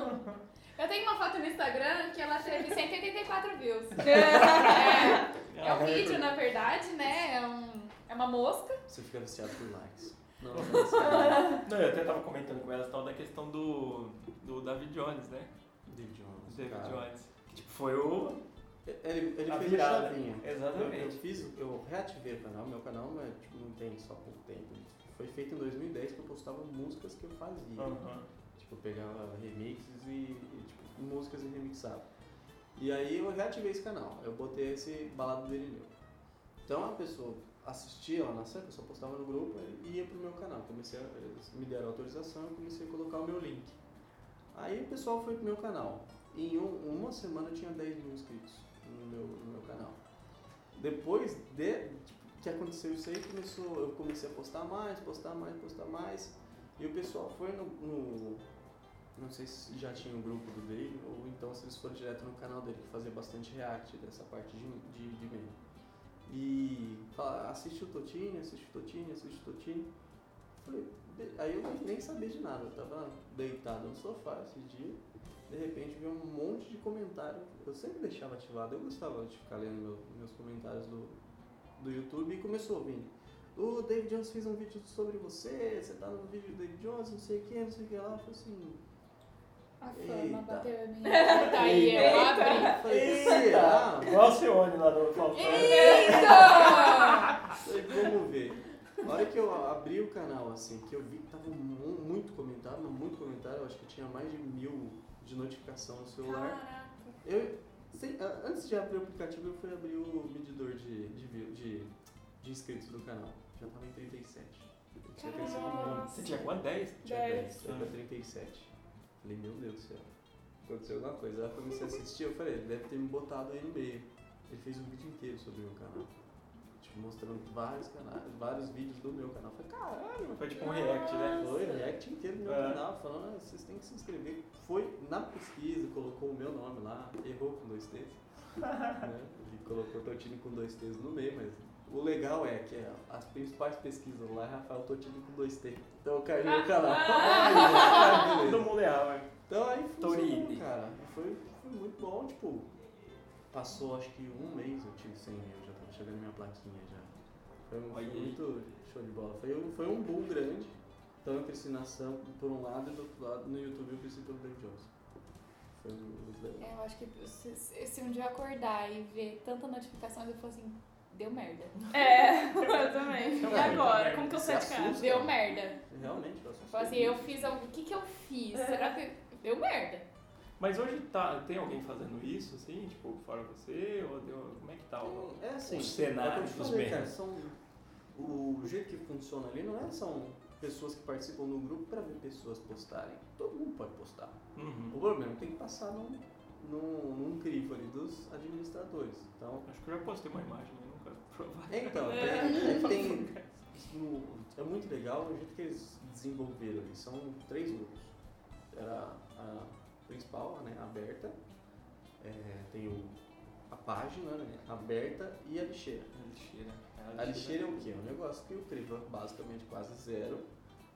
S3: Eu tenho uma foto no Instagram que ela teve 184 views. É, é um vídeo, na verdade, né? É, um, é uma mosca.
S4: Você fica viciado por likes. Não, não, não.
S1: É, Não, eu até tava comentando com elas tal da questão do, do David Jones, né?
S4: David Jones,
S1: David Tá
S4: cara.
S1: Jones. Que tipo, foi o.
S4: Ele, ele
S1: A
S4: fez
S1: virada.
S4: a chavinha.
S1: Exatamente.
S4: Eu, eu fiz, eu reativei o canal, meu canal não, é, tipo, não tem só pouco tempo. Foi feito em 2010 que eu postava músicas que eu fazia.
S1: Aham.
S4: Tipo, eu pegava remixes e, e, tipo, músicas e remixava. E aí eu reativei esse canal, eu botei esse balado dele meu. Então a pessoa assistia lá na cerca, eu só postava no grupo e ia pro meu canal. Comecei a, eles me deram autorização e comecei a colocar o meu link. Aí o pessoal foi pro meu canal. E em um- uma semana eu tinha 10 mil inscritos no meu, no meu canal. Depois de, tipo, que aconteceu isso aí, começou, eu comecei a postar mais, postar mais, postar mais. E o pessoal foi no, no- Não sei se já tinha um grupo do dele, ou então se eles foram direto no canal dele, que fazia bastante react dessa parte de, de, de meme. E fala, assiste o Totini, assiste o Totini, assiste o Totini. Falei, "Be-" aí eu nem sabia de nada, eu tava deitado no sofá esse dia, de repente vi um monte de comentário. Eu sempre deixava ativado, eu gostava de ficar lendo meu- meus comentários do, do YouTube e começou a vir. O David Jones fez um vídeo sobre você, você tá no vídeo do David Jones, não sei o que, não sei o que lá. Eu falei assim.
S3: A fama
S4: Eita.
S3: bateu em mim. Daí eu
S4: Eita.
S3: abri.
S4: Eu falei, será?
S1: Igual o Cione lá do Faustão.
S3: Eita!
S4: Falei, vamos ver. A hora que eu abri o canal, assim, que eu vi que tava mu- muito comentário, mas muito comentário, eu acho que tinha mais de mil de notificação no celular. Eu, sem- a- antes de abrir o aplicativo, eu fui abrir o medidor de, de, view- de, de inscritos do canal. Já tava em 37. Eu tinha crescido muito.
S1: Você tinha quanto? 10?
S4: Tinha
S5: Dez.
S4: 10, foi pra 37. Falei, meu Deus do céu. Aconteceu alguma coisa. Aí eu comecei a assistir, eu falei, ele deve ter me botado aí no meio. Ele fez um vídeo inteiro sobre o meu canal. Tipo, mostrando vários canais, vários vídeos do meu canal. Eu falei, caralho,
S1: Foi tipo um react, né?
S4: foi react inteiro do meu
S1: É.
S4: canal, falando, ah, vocês têm que se inscrever. Foi na pesquisa, colocou o meu nome lá, errou com dois T's. né? Ele colocou Totini com dois T's no meio, mas o legal é que as principais pesquisas lá é Rafael Totini com dois T. Então caiu o canal.
S1: Ah. Todo
S4: Beleza.
S1: mundo leal, né?
S4: então aí funcionou,
S1: Torini.
S4: cara. Foi, foi muito bom, tipo. Passou acho que um mês eu tive 100 mil, já tava chegando minha plaquinha já. Foi, um- foi
S1: Olha aí.
S4: muito show de bola. Foi, um- foi um boom grande. Então eu cresci na Sam por um lado e do outro lado no YouTube eu cresci pelo Dave Jones. Foi um muito legal.
S3: É, eu acho que se, se se um dia eu acordar e ver tanta notificação, eu falo assim, deu merda.
S5: É, eu também. E
S4: Então, é,
S1: Não,
S5: agora? Como que eu
S4: se
S5: saio de casa?
S4: assusta.
S3: Deu merda.
S4: Realmente, eu assustei.
S3: Eu falo É. assim, eu fiz algo. O que que eu fiz? Será que. Deu merda.
S1: Mas hoje tá, tem alguém fazendo isso, assim, tipo, fora você, ou deu, como é que tá o...
S4: É assim,
S1: O cenário
S4: é o que eu te
S1: dos
S4: falei, cara,
S1: memes.
S4: são- o jeito que funciona ali não é só um, pessoas que participam do grupo para ver pessoas postarem. Todo mundo pode postar.
S1: Uhum.
S4: O problema tem que passar num, num, num crivo ali dos administradores. Então,
S1: Acho que eu já postei uma imagem, mas nunca provar.
S4: é, então tem, tem- no- é muito legal o jeito que eles desenvolveram ali. São três grupos. Era a principal, né, aberta. É, tem o, a página, né, aberta e a lixeira.
S1: A lixeira.
S4: A lixeira é o quê? É um negócio que o crivo é basicamente quase zero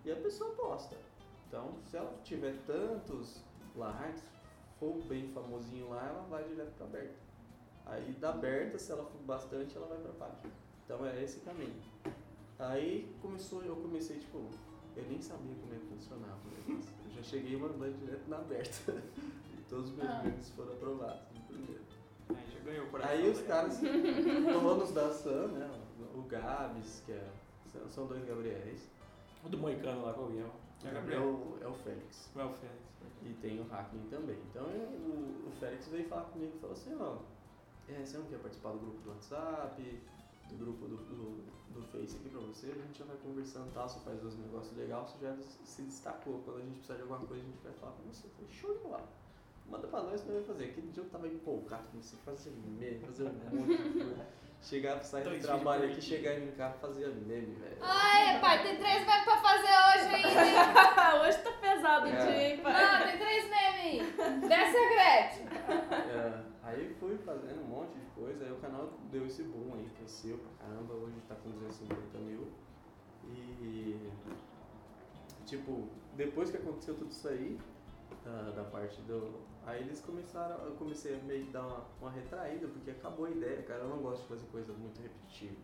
S4: e a pessoa posta. Então, se ela tiver tantos likes, for bem famosinho lá, ela vai direto pra aberta. Aí da aberta, se ela for bastante, ela vai pra página. Então é esse caminho. Aí começou, eu comecei tipo, eu nem sabia como é que funcionava o negócio. Eu já cheguei mandando direto na aberta. e todos os meus
S3: Ah.
S4: membros foram aprovados no primeiro.
S1: Aí É, já ganhou o coração. né?
S4: Aí os
S1: dela.
S4: caras, donos da Sam, né? O Gabs, que é. são- São dois Gabriéis.
S1: O do Moicano lá, qual é? o- É o
S4: É
S1: Gabriel.
S4: o, é o Félix.
S1: Não é o Félix.
S4: E tem o Hackney também. Então eu- o, o Félix veio falar comigo e falou assim: ó, é, você não quer participar do grupo do WhatsApp, do grupo do, do, do Face aqui pra você? A gente já vai conversando e tal. Você faz os negócios legais, você já se destacou. Quando a gente precisar de alguma coisa, a gente vai falar pra você. Eu falei: show de bola. Manda pra nós, nós vamos fazer. Aquele dia eu tava empolgado, comecei a fazer meme, fazer um monte de coisa. Chegava, sair do
S1: Dois
S4: trabalho aqui,
S1: vídeos por
S4: chegar em casa, fazia meme, velho.
S3: Ai, pai, tem três memes pra fazer hoje ainda, hein?
S5: Hoje tá pesado o
S4: É.
S5: dia, hein, pai?
S3: Não, tem três memes. Desce a Gretchen.
S4: É, aí fui fazendo um monte de coisa, aí o canal deu esse boom aí, cresceu pra caramba, hoje tá com 250 mil. E tipo, depois que aconteceu tudo isso aí, da, da parte do. Aí eles começaram, eu comecei a meio que dar uma, uma retraída, porque acabou a ideia, cara, eu não gosto de fazer coisa muito repetitiva.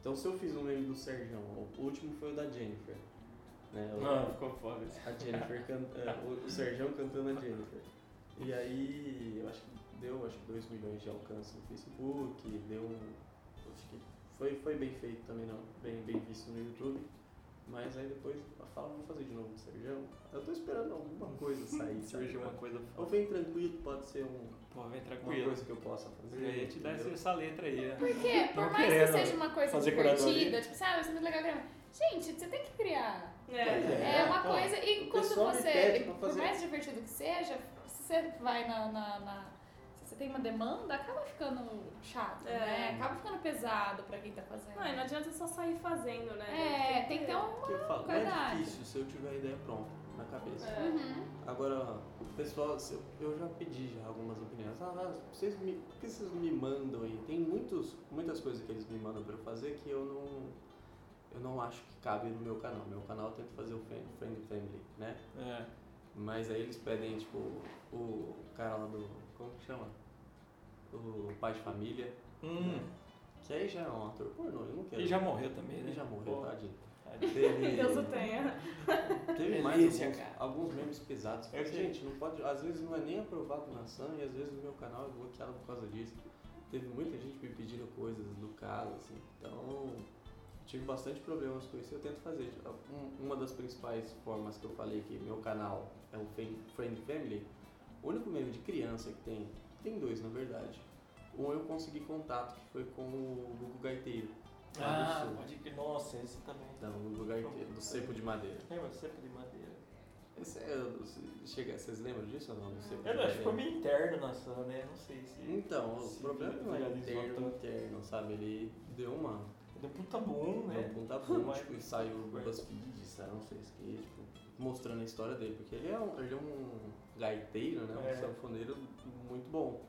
S4: Então se eu fiz um meme do Serjão, o último foi o da Jennifer. Né? o-
S1: Não, ficou foda. esse.
S4: a Jennifer can- é, o, o Serjão cantando a Jennifer. E aí, eu acho que deu acho que 2 milhões de alcance no Facebook, deu um- acho que foi, foi bem feito também não, bem, bem visto no YouTube. Mas aí depois eu falo, vou fazer de novo o Serjão. Eu tô esperando alguma coisa sair.
S1: Surgiu uma
S4: sabe?
S1: coisa
S4: Ou
S1: foda.
S4: vem tranquilo, pode ser um,
S1: Pô, vem
S4: uma
S1: tranquilo. É,
S4: coisa que eu possa fazer.
S1: Eu ia te dar essa,
S4: entendeu?
S1: essa letra aí. né?
S3: Porque, por
S1: Não
S3: mais que
S1: querendo
S3: seja uma coisa
S1: fazer curadoria.
S3: divertida, tipo, sabe, isso é muito legal. pra mim. Gente, você tem que criar. É,
S4: É,
S3: uma
S4: pô,
S3: coisa, e
S4: o
S3: quando
S4: pessoal me
S3: você,
S4: pede pra
S3: por
S4: fazer.
S3: mais divertido que seja, se você vai na, na- na- se você tem uma demanda, acaba ficando chato,
S5: É.
S3: né? Acaba ficando pesado pra quem tá fazendo.
S5: Não, e não adianta só sair fazendo, né?
S3: é, tem que ter um...
S4: Que eu falo, não é
S3: Verdade.
S4: difícil se eu tiver a ideia pronta na cabeça.
S5: É.
S3: Uhum.
S4: Agora, pessoal, se eu- eu já pedi já algumas opiniões. Ah, ah, vocês me, por que vocês me mandam aí? Tem muitos, muitas coisas que eles me mandam pra eu fazer que eu não eu não acho que cabe no meu canal. Meu canal eu tento fazer o friend, friend family, né?
S1: É.
S4: Mas aí eles pedem tipo o cara lá do como que chama? O pai de família,
S1: Hum.
S4: que aí já é um ator pornô, eu não quero.
S1: E já morreu também, né?
S4: ele já morreu,
S1: Pô,
S4: tadinho.
S1: tadinho.
S4: Teve-
S5: É. Deus o tenha.
S4: Teve
S1: Delícia,
S4: mais alguns,
S1: cara.
S4: alguns memes pesados.
S1: Eu sei.
S4: gente, não pode. Às vezes não é nem aprovado na SAM e às vezes o meu canal é bloqueado por causa disso. Teve muita gente me pedindo coisas do caso, assim. Então, eu tive bastante problemas com isso. Eu tento fazer. Um- Uma das principais formas que eu falei que meu canal é o Fam- Friend Family, o único meme de criança que tem, tem dois na verdade. Um eu consegui contato, que foi com o Hugo Gaiteiro. lá
S1: Ah, Tá.
S4: do Sul.
S1: pode que. Nossa, esse também. É,
S4: Não, o Hugo Gaiteiro, do Cepo de Madeira.
S1: Lembra? Sempre de madeira.
S4: Esse é, chega, vocês lembram disso ou não? Não sei.
S1: Eu acho que É, foi meio interno na sala, né? Não sei se.
S4: Então, o
S1: Sim,
S4: problema não é
S1: viralizou
S4: interno,
S1: tanto.
S4: interno, sabe? Ele deu uma,
S1: Deu é puta bom,
S4: uma
S1: né?
S4: ponta boa,
S1: Mas-
S4: tipo, e saiu o
S1: Mas-
S4: BuzzFeed, saiu não sei o que, tipo, mostrando a história dele, porque ele é um, ele é um gaiteiro, né? Um
S1: É.
S4: sanfoneiro muito bom.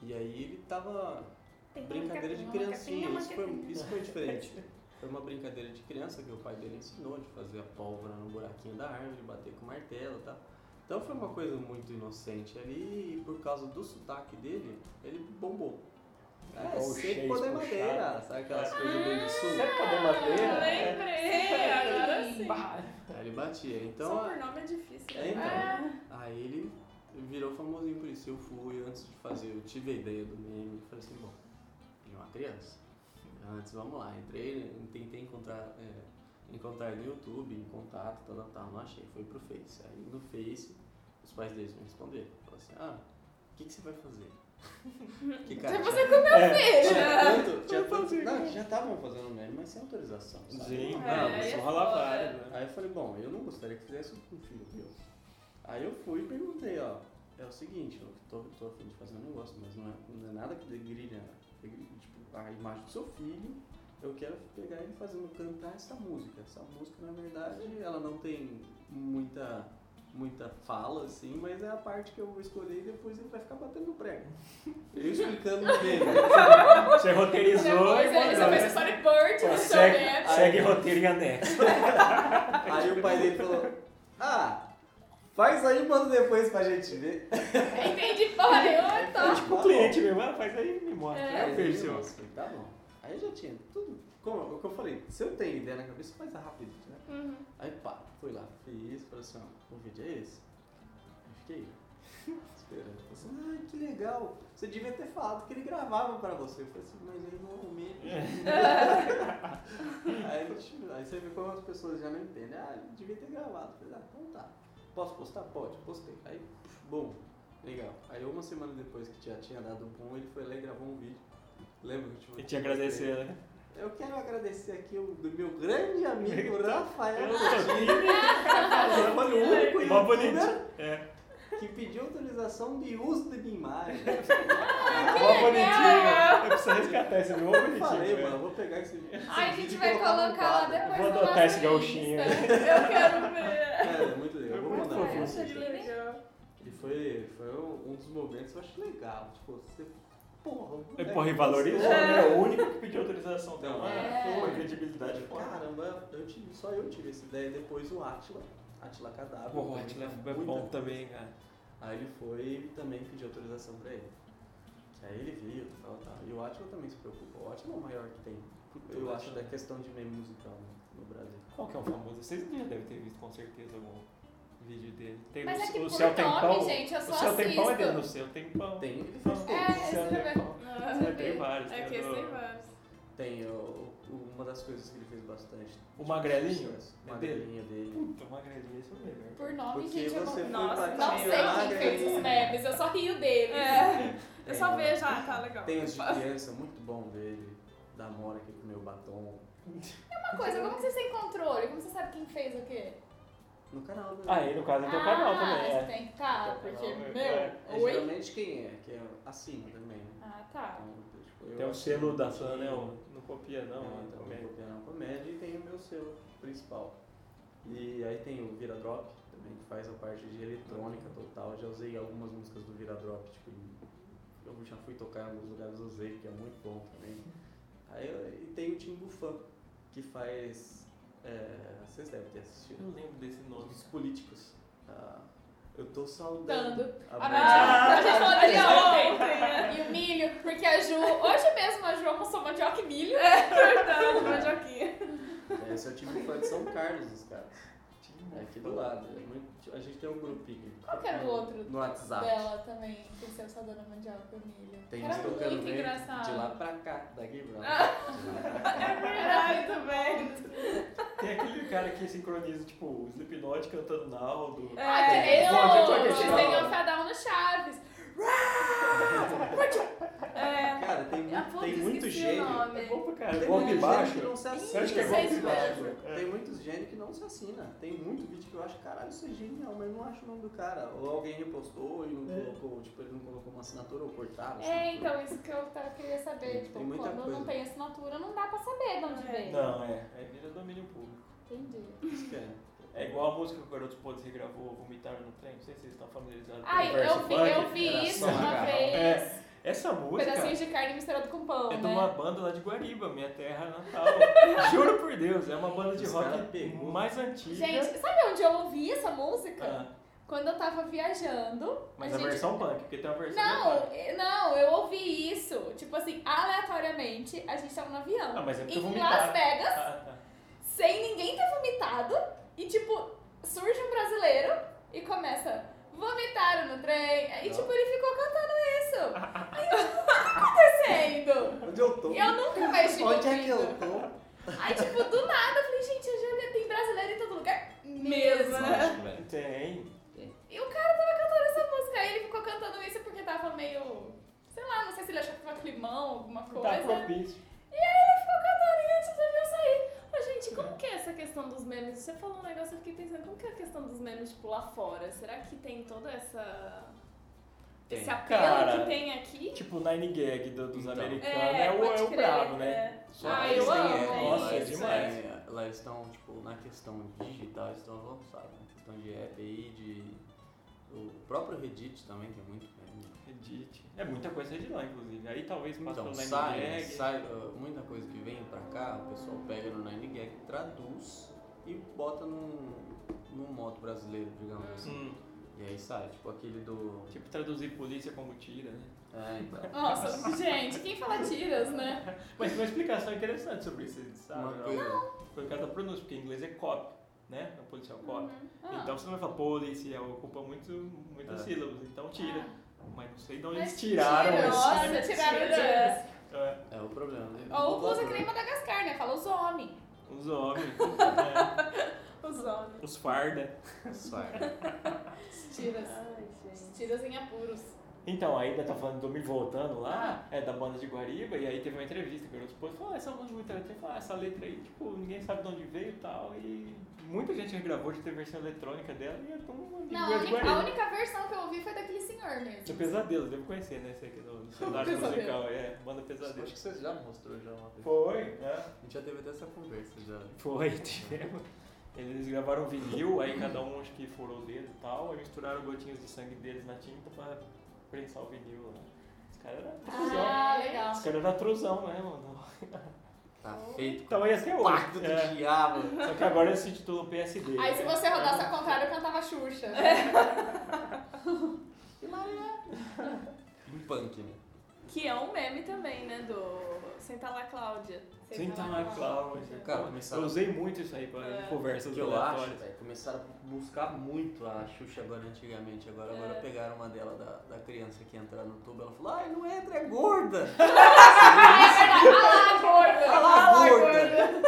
S4: E aí ele tava
S5: Tem é
S4: brincadeira de criancinha,
S5: uma
S4: isso foi, um isso foi diferente. Foi uma brincadeira de criança que o pai dele ensinou, de fazer a pólvora no buraquinho da árvore, bater com martelo e tal. Então foi uma coisa muito inocente ali e por causa do sotaque dele, ele bombou. É,
S1: Igual o
S4: sempre
S1: Shakespeare
S4: poder madeira,
S1: puxado.
S4: sabe aquelas coisas dele
S5: Ah!
S4: do sul?
S1: Sempre cadê madeira? né?
S5: Lembrei, agora sim.
S1: Pá.
S4: Aí ele batia. Então,
S5: Só por nome é difícil.
S4: É, então.
S5: né?
S4: Aí ele virou famosinho por isso. Eu fui antes de fazer, eu tive a ideia do meme. eu Falei assim, bom, de uma criança. Antes, vamos lá. Entrei, né, tentei encontrar, é, encontrar no YouTube, em contato, tal, tal, tal. Não achei, fui pro Face. Aí no Face, os pais deles me responderam. Falaram assim, ah, o que, que você vai fazer? Que
S3: Se
S4: cara.
S3: você comeu
S1: É.
S3: peixe.
S4: Tanto, tinha tanto, não, já estavam fazendo meme, mas sem autorização. sabe?
S1: Gente,
S3: É,
S1: não, mas
S3: aí é
S1: só rola
S3: foda.
S1: várias, né?
S4: Aí eu falei, bom, eu não gostaria que fizesse isso com um filho meu. Aí eu fui e perguntei, ó, é o seguinte, eu tô, tô afim de fazer um negócio, mas não é, não é nada que degrilha, degrilha, tipo, a imagem do seu filho. Eu quero pegar ele fazendo cantar essa música. Essa música, na verdade, ela não tem muita, muita fala, assim, mas é a parte que eu vou escolher e depois ele vai ficar batendo no prego. Eu explicando dele.
S1: Você
S3: é
S1: roteirizou
S3: Depois
S1: e
S3: ele só
S1: mandou.
S3: fez storyboard
S1: Pô,
S3: no seu
S1: Segue,
S3: app.
S1: segue roteiro e anexo.
S4: Aí o pai dele falou, ah, faz aí e manda depois pra gente ver.
S3: Entendi porra nenhuma, então.
S4: Tá
S1: tipo, O
S4: bom.
S1: cliente, minha irmã, faz aí e me mostra.
S3: É.
S4: Aí
S1: Eu
S4: eu
S1: vejo se eu-
S4: falei, "Nossa, Tá bom. Aí eu já tinha tudo. Como é o que eu falei, se eu tenho ideia na cabeça, faz rápido, né?
S3: Uhum.
S4: Aí pá, fui lá, fiz, falei assim, ó, o vídeo é esse? Aí fiquei esperando. Falei assim, ah, que legal. Você devia ter falado que ele gravava pra você. Eu falei assim, mas eu não arrumei. aí, tipo, aí você vê como as pessoas já não entendem. Ah, ele devia ter gravado. Eu falei, ah, então tá. Posso postar? Pode, postei. Aí, bom, legal. Aí uma semana depois que já tinha dado bom, ele foi lá e gravou um vídeo. Lembra que eu te
S1: Eu
S4: mandei?
S1: te agradecer, né?
S4: Eu quero agradecer aqui o do meu grande amigo Rafael
S3: Ah,
S1: Eu
S4: Coutinho. Ele foi o único
S1: Mó
S4: youtuber
S1: bonitinho. É.
S4: que pediu autorização de uso de minha imagem.
S1: Mó bonitinho. Eu preciso resgatar esse meu
S4: Eu
S1: bonitinho.
S4: falei,
S1: velho.
S4: mano, eu vou pegar esse vídeo. esse
S3: Ai, a gente
S4: vídeo e
S3: vai
S4: colocar no
S3: colocar lá
S4: quadro.
S3: depois.
S1: Vou
S3: no
S1: adotar
S3: nosso
S1: esse gauchinho.
S3: Insta.
S5: Eu quero ver.
S4: Cara, é muito legal. Eu vou
S1: Muito
S4: mandar
S1: fofo.
S4: pra
S1: Nossa,
S4: vocês.
S5: que legal.
S4: E foi, foi um um dos momentos que eu acho legal. Tipo, você. Porra, o
S1: É,
S4: moleque
S1: porra, e valorizou,
S3: É.
S1: né? O único que pediu autorização. Tem uma
S4: É.
S1: uma credibilidade forte.
S4: Caramba, eu tive, só eu tive essa ideia. Depois o Atila, Atila Cadáver.
S1: Pô, o
S4: também
S1: Atila
S4: tá
S1: é
S4: muito
S1: bom também, cara.
S4: Aí ele foi e também pediu autorização pra ele. Que aí ele viu, tal, tal. E o Atila também se preocupa. O Atila é o maior que tem. Eu acho
S1: é.
S4: da questão de meio musical né, no, no Brasil.
S1: Qual que é o famoso? Vocês já devem ter visto com certeza algum vídeo dele. Tem
S3: Mas
S1: o,
S3: é que
S1: o
S3: por
S1: Céu Tem
S3: nome,
S1: Pão.
S3: gente, eu só
S1: o Céu Tem Pão é
S3: assisto.
S1: dele, no Céu Tem Pão.
S4: Tem, ele faz
S1: É,
S4: todos.
S3: esse Ah,
S1: Céu
S3: eu já
S1: Tem
S3: vi.
S1: Pão.
S5: Nossa,
S1: Céu Tem
S5: vi.
S1: vários.
S5: É que
S1: tem
S5: esse
S1: o
S5: tem
S1: do-
S5: vários.
S4: Tem, o- o- uma das coisas que ele fez bastante.
S1: O Magrelinho? É
S4: O Magrelinho dele.
S1: Puta, uma grelhinha, isso é mesmo.
S3: Por nome,
S4: Porque
S3: gente, eu
S4: você
S3: não,
S4: foi
S3: nossa,
S4: pra
S3: não sei
S4: Tijuana,
S3: quem fez os
S4: né?
S3: memes, eu só rio deles.
S5: É, eu só
S4: Tem-
S5: vejo, ah, tá legal.
S4: Tem os de criança, muito bom dele. Da Mora que comeu batom.
S3: Uma coisa, como que vocês têm controle? Como você sabe quem fez o quê?
S4: No canal dele.
S1: Ah, e no caso é teu
S3: ah,
S1: canal também,
S3: você
S1: é.
S3: tem que tá, porque,
S1: É,
S3: meu,
S1: é.
S4: É
S3: oi?
S4: geralmente quem é, que é acima também, né?
S3: Ah, tá.
S4: Então, tipo, eu
S1: Tem o
S4: assino
S1: selo da sua,
S4: também.
S1: né? o- Não copia não,
S4: É,
S1: né,
S4: então,
S1: também.
S4: tem o Piano Comédia e tem o meu selo principal. E aí tem o Vira Drop, também, que faz a parte de eletrônica total. Já usei algumas músicas do Vira Drop, tipo, eu já fui tocar em alguns lugares, usei, que é muito bom também. Aí, eu- e tem o Tim Bufan, que faz. É, vocês devem ter
S1: Eu
S4: assistido.
S1: não lembro desse nome.
S4: Os políticos. Ah, eu tô saudando.
S3: Dando.
S4: a
S3: A
S4: Bruna-
S3: mandioca, a gente falou de
S5: Ontem,
S1: Ah,
S3: ontem.
S1: tá
S5: tem,
S3: E o milho, porque a Ju, hoje mesmo a Ju almoçou mandioca e milho.
S5: é verdade, mandioquinha.
S4: Esse é o Tim Bufan de São Carlos, os caras.
S1: Tinha
S4: É aqui do lado. é muito- a gente tem um grupinho.
S3: Qual que era o
S4: no-
S3: outro
S4: No WhatsApp.
S3: Dela também, que você só dando mandioca e milho.
S4: Tem
S3: Era
S4: uns tocando
S3: muito
S4: bem
S3: engraçado.
S4: de lá pra cá, daqui pra lá.
S5: É verdade, também.
S1: Tem aquele cara que sincroniza, tipo, o Slipknot cantando Naldo.
S5: É.
S3: Ah, que nem
S1: Bom, já tô
S3: o-
S1: aqui,
S3: Vocês
S1: já.
S3: têm que ofadar no Chaves.
S5: É.
S4: Cara, tem, mu-
S5: Ah, putz,
S4: tem muito
S5: esqueci
S4: gênio.
S5: o nome.
S1: É bom pra
S4: Tem
S1: caralho.
S4: muito
S1: Golpe
S4: gênio
S1: baixo.
S4: que não se
S1: Você acha que é
S4: assina.
S1: golpe
S3: Vocês
S1: baixo? É.
S4: Tem muitos gênios que não se assina. Tem muito vídeo que eu acho, caralho, isso é genial, mas não acho o nome do cara. Ou alguém repostou e não
S1: É.
S4: colocou, tipo, ele não colocou uma assinatura ou cortaram. assim,
S3: É,
S4: assinatura.
S3: então, isso que eu tava- queria saber.
S4: Tem-
S3: Tipo,
S4: tem muita
S3: quando não
S4: coisa.
S3: tem assinatura, não dá pra saber de onde
S5: É.
S3: veio.
S1: Não, é. É vira domínio público.
S3: Entendi.
S4: Isso que é.
S1: É igual a música que o Garoto Podres regravou, Vomitar no Trem. Não sei se vocês estão familiarizados com
S3: Ai,
S1: o verso
S3: eu vi,
S1: funk.
S3: eu vi
S4: era
S3: isso
S4: só
S3: uma
S4: macarrão.
S3: vez.
S1: É. Essa música
S3: Pedacinhos de carne misturado com pão,
S1: é de
S3: né?
S1: uma banda lá de Guariba, minha terra natal. Juro por Deus, é uma banda de
S4: Os
S1: rock
S4: cara pegou.
S1: mais antiga.
S3: Gente, sabe onde eu ouvi essa música?
S1: Ah,
S3: Quando eu tava viajando.
S1: mas
S3: a
S1: a
S3: gente-
S1: versão né, punk, porque tem uma versão
S3: Não,
S1: punk.
S3: eh, não, eu ouvi isso. Tipo assim, aleatoriamente, a gente tava no avião.
S1: Ah, mas é porque
S3: em
S1: vomitaram.
S3: Las Vegas,
S1: Ah, tá.
S3: sem ninguém ter vomitado. E tipo, surge um brasileiro e começa. Vomitaram no trem. E tipo, ele ficou cantando isso.
S1: Ah,
S3: Aí eu, o que tá acontecendo?
S4: Onde eu tô?
S3: E eu nunca mais tive
S4: Onde é que
S3: ouvido.
S4: eu tô?
S3: Aí, tipo, do nada, eu falei, gente, eu já vi- tem brasileiro em todo lugar mesmo.
S5: né?
S1: Tem. tá
S3: E o cara tava cantando essa música, aí ele ficou cantando isso porque tava meio, sei
S5: alguma coisa.
S1: Tá propício.
S5: E aí ele ficou cantando e antes de eu sair. Mas, gente, como que é essa questão dos memes? Você falou um negócio, eu fiquei pensando, como que é a questão dos memes, tipo, lá fora? Será que tem toda essa...
S4: Tem.
S5: Esse apelo
S1: Cara,
S5: que tem aqui?
S1: Tipo, o Nine Gag do- dos
S4: Então.
S1: americanos é, o,
S5: pode
S1: é o
S5: crer,
S1: brabo, né?
S5: é.
S4: Só
S5: Ah,
S4: que
S5: eu
S4: eles têm,
S5: amo,
S4: é,
S5: é
S1: Nossa, é
S4: eles
S1: demais.
S4: têm, é, Lá eles estão, tipo, na questão digital, eles estão avançados. Na questão de app aí, de. O próprio Reddit também tem muito meme.
S1: Reddit. É muita coisa de lá, inclusive. Aí talvez passe
S4: Então,
S1: pelo Nine
S4: sai,
S1: Gag.
S4: sai uh, muita coisa que vem pra cá, o pessoal pega no Nine Gag, traduz e bota num, num modo brasileiro, digamos assim.
S1: Hum,
S4: E aí sai, tipo aquele do.
S1: tipo, traduzir polícia como tira, né?
S4: É, então.
S5: Nossa, gente, quem fala tiras, né?
S1: Mas tem uma explicação interessante sobre isso, sabe?
S4: Uma coisa.
S1: Por causa da pronúncia, porque em inglês é cop, né? É um policial cop.
S5: Ah.
S1: Então você não vai falar policial, ocupa muito, muitas
S4: É.
S1: sílabas, então tira. Mas não sei de onde
S3: Ah. Mas
S1: eles tiraram
S3: tira,
S1: isso.
S3: nossa,
S5: Tiras.
S3: tiraram
S5: Tiras.
S1: É,
S4: É o problema, né?
S3: Ou usa
S4: Dublador.
S3: creme é Madagascar, né? Fala os homens.
S1: os homens, é,
S5: Os homens.
S1: os farda.
S4: Sai.
S3: Tiras.
S5: Ai, gente.
S3: Tiras em apuros.
S1: Então, ainda tá falando do Me Voltando lá,
S3: Ah.
S1: é da banda de Guariba, e aí teve uma entrevista que o garoto pôs, falou, "Ah, essa música é muito interessante, falou, "Ah, essa letra aí, tipo, ninguém sabe de onde veio e tal, e muita gente regravou de ter versão eletrônica dela, e é tão amigo
S3: Não, a
S1: de
S3: única, a
S1: Guariba.
S3: única versão que eu ouvi foi daquele senhor mesmo.
S1: É pesadelo, deve conhecer, né, esse aqui do do cenário
S3: Pesadelo.
S1: musical, é, banda pesadelo.
S4: Acho que você já mostrou já uma vez.
S1: Foi, né?
S4: A gente já teve até essa conversa já.
S1: Foi, tivemos. Eles gravaram vinil, aí cada um acho que furou o dedo e tal, aí misturaram gotinhas de sangue deles na tinta pra prensar o vinil né? lá. Os caras eram truzão.
S3: Ah, legal.
S1: Os caras eram truzão, né, mano?
S4: Tá feito com
S1: Então ia ser
S4: o pacto
S1: hoje.
S4: do
S1: É,
S4: diabo.
S1: só que agora eles se titulam PSD.
S3: Aí se
S1: né?
S3: você rodasse ao contrário, eu cantava Xuxa. É.
S4: Um punk, né?
S5: Que é um meme também, né? Do Senta lá, Cláudia.
S1: Senta
S3: "Ah,
S1: lá, Cláudia.
S4: Cara,
S1: Eu
S4: começaram.
S1: usei muito isso aí pra
S5: É.
S1: conversas
S4: que eu acho,
S1: aleatórias.
S4: velho, começaram a buscar muito a Xuxa agora antigamente. Agora, agora pegaram uma dela da, da criança que ia entrar no tubo, ela falou, ai, não entra, é gorda!
S3: Ah,
S4: Olha
S3: gorda!
S4: lá, gorda!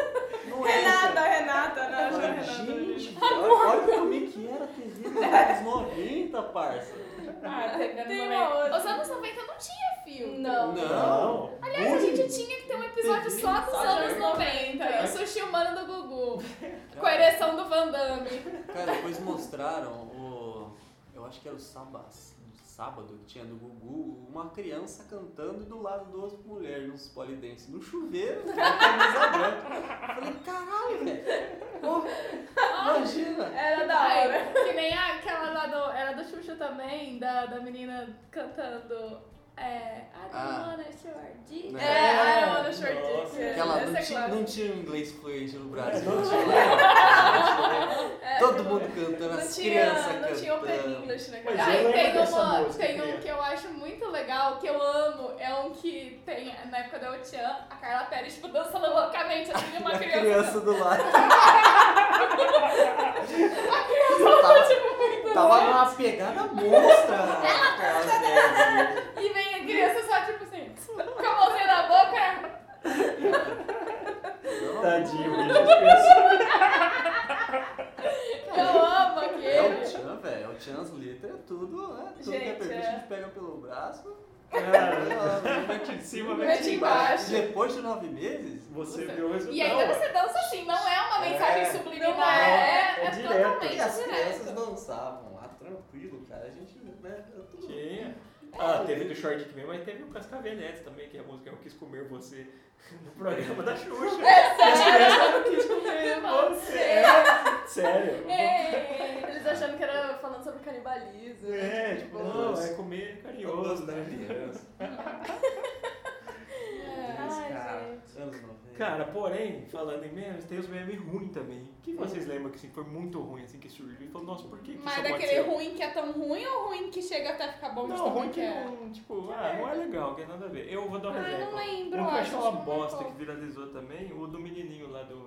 S4: Não
S5: Renata,
S4: entra!
S5: Renata, é
S4: Eu
S5: Renata,
S4: falei,
S5: Renata.
S4: Gente, olha, olha como é que era a TV dos anos 90, parça!
S5: Ah, tem,
S3: Tem
S5: tem
S3: uma
S5: uma outra.
S3: Os anos 90 não tinha fio.
S5: Não.
S1: Não.
S3: Aliás, a gente tinha que ter um episódio
S4: Teve
S3: só dos
S4: só
S3: anos
S4: de-
S3: 90. O sushi humano do Gugu.
S4: Tá.
S3: Com a ereção do Van Damme.
S4: Cara, depois mostraram o. Eu acho que era o Sabas. Sábado que tinha do Gugu, uma criança cantando e do lado duas mulheres, uns polidenses, no chuveiro, com a camisa branca. Eu Falei, caralho, velho! Pô, imagina!
S5: Era da
S3: Ai,
S5: hora.
S3: que nem aquela lá do. Era do Xuxa também, da, da menina cantando. É. I don't
S4: Ah.
S3: wanna short.
S4: Né?
S5: É, I don't wanna
S1: Nossa.
S5: short dick. é,
S4: Aquela
S5: essa
S4: não
S5: é
S4: tinha,
S5: clássica.
S4: não tinha um inglês fluente no Brasil.
S1: Não
S4: tinha.
S5: É,
S4: Todo
S5: tipo,
S4: mundo cantando,
S5: não
S4: as
S5: tinha-
S4: crianças
S5: Não tinha Open
S4: cantando.
S5: English
S1: Mas eu
S5: naquela
S3: né? Ai,
S1: lembro
S3: tem,
S1: dessa
S3: uma,
S1: música,
S3: tem
S1: queria.
S3: um que eu acho muito legal, que eu amo, é um que tem na época da Otian, a Carla Pérez, tipo, dançando loucamente, assim, de uma
S4: A
S3: criança.
S4: criança do lado.
S3: Tava,
S4: Tava-
S3: tipo, muito
S1: tá
S4: Tava
S3: louca.
S4: numa pegada monstra.
S1: né,
S4: Aquela velha.
S3: E vem a criança só, tipo assim, com a mãozinha na boca.
S4: Não,
S1: Tadinho, bicho.
S3: Eu amo
S1: um
S4: É o
S3: aquele.
S4: Tchan, velho. É o Tchan's letra, é tudo, né? Tudo que é
S5: Gente,
S4: perfil,
S5: é.
S4: a gente pega pelo braço,
S1: Cara,
S4: mete
S1: de cima,
S3: Mete
S1: mete
S3: embaixo.
S1: embaixo.
S4: Depois de nove meses,
S1: Você viu o resultado.
S3: E ainda você dança assim, não é uma mensagem
S4: É.
S3: subliminar,
S5: Não
S3: é,
S1: é.
S3: é,
S1: É direto.
S4: e
S3: totalmente
S4: as
S3: direto.
S4: crianças dançavam lá, tranquilo, cara. A gente, né? é tudo-
S1: Tinha. Ah, teve do Short Dick mesmo, mas teve o Cascaveletes também, que é a música Eu Quis Comer Você no programa da Xuxa.
S3: É
S1: Sério? Eu quis comer você. É, Sério.
S3: É.
S5: Eles achando que era falando sobre canibalismo. né?
S1: É, tipo, não, é comer carinhoso, né? criança.
S4: Ai,
S5: Ai,
S4: cara.
S5: gente.
S4: Anos 90.
S1: Cara, porém, falando em memes, tem os memes ruins também. O que vocês lembram que assim, foi muito ruim, assim, que surgiu? E falou, nossa, por que que
S3: Mas
S1: isso
S3: daquele
S1: aconteceu?
S3: ruim que é tão ruim ou ruim que chega até ficar bom de
S1: Não,
S3: tão
S1: ruim que
S3: é?
S1: não, tipo, ah, não é legal, que é nada a ver. Eu vou dar um
S3: Ah,
S1: exemplo.
S3: eu não lembro,
S1: Um que eu
S3: acho, acho
S1: achei uma
S3: que não
S1: bosta
S3: marcou.
S1: que viralizou também, o do menininho lá do...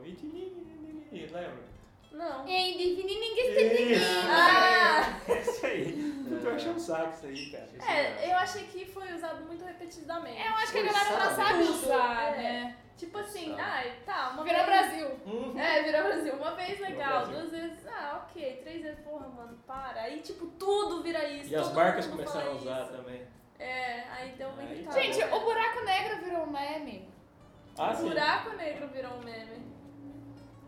S1: Lembra?
S5: Não.
S3: Indivíduo, ninguém tem ninguém.
S1: Ah! Isso aí. Eu achei um saco isso aí, cara.
S5: É, eu achei que foi usado muito repetidamente.
S3: Eu acho que a galera não sabe
S5: Forçado.
S3: usar,
S5: É.
S3: né?
S5: Tipo assim,
S4: Sabe.
S5: ai, tá, uma
S3: Virou
S5: vez...
S3: Brasil.
S1: Hum.
S5: É, virou Brasil. Uma vez
S1: Virou
S5: legal,
S1: Brasil.
S5: duas vezes, ah, ok. Três vezes, porra, mano, para. Aí, tipo, tudo vira isso.
S1: E as
S5: todo
S1: marcas
S5: mundo
S1: começaram a
S5: fala
S1: usar
S5: isso.
S1: também.
S3: É, aí deu uma
S1: Aí
S3: irritada.
S1: tá.
S3: Gente, o buraco negro virou um meme.
S1: Ah,
S3: o
S1: sim.
S3: buraco negro virou um meme.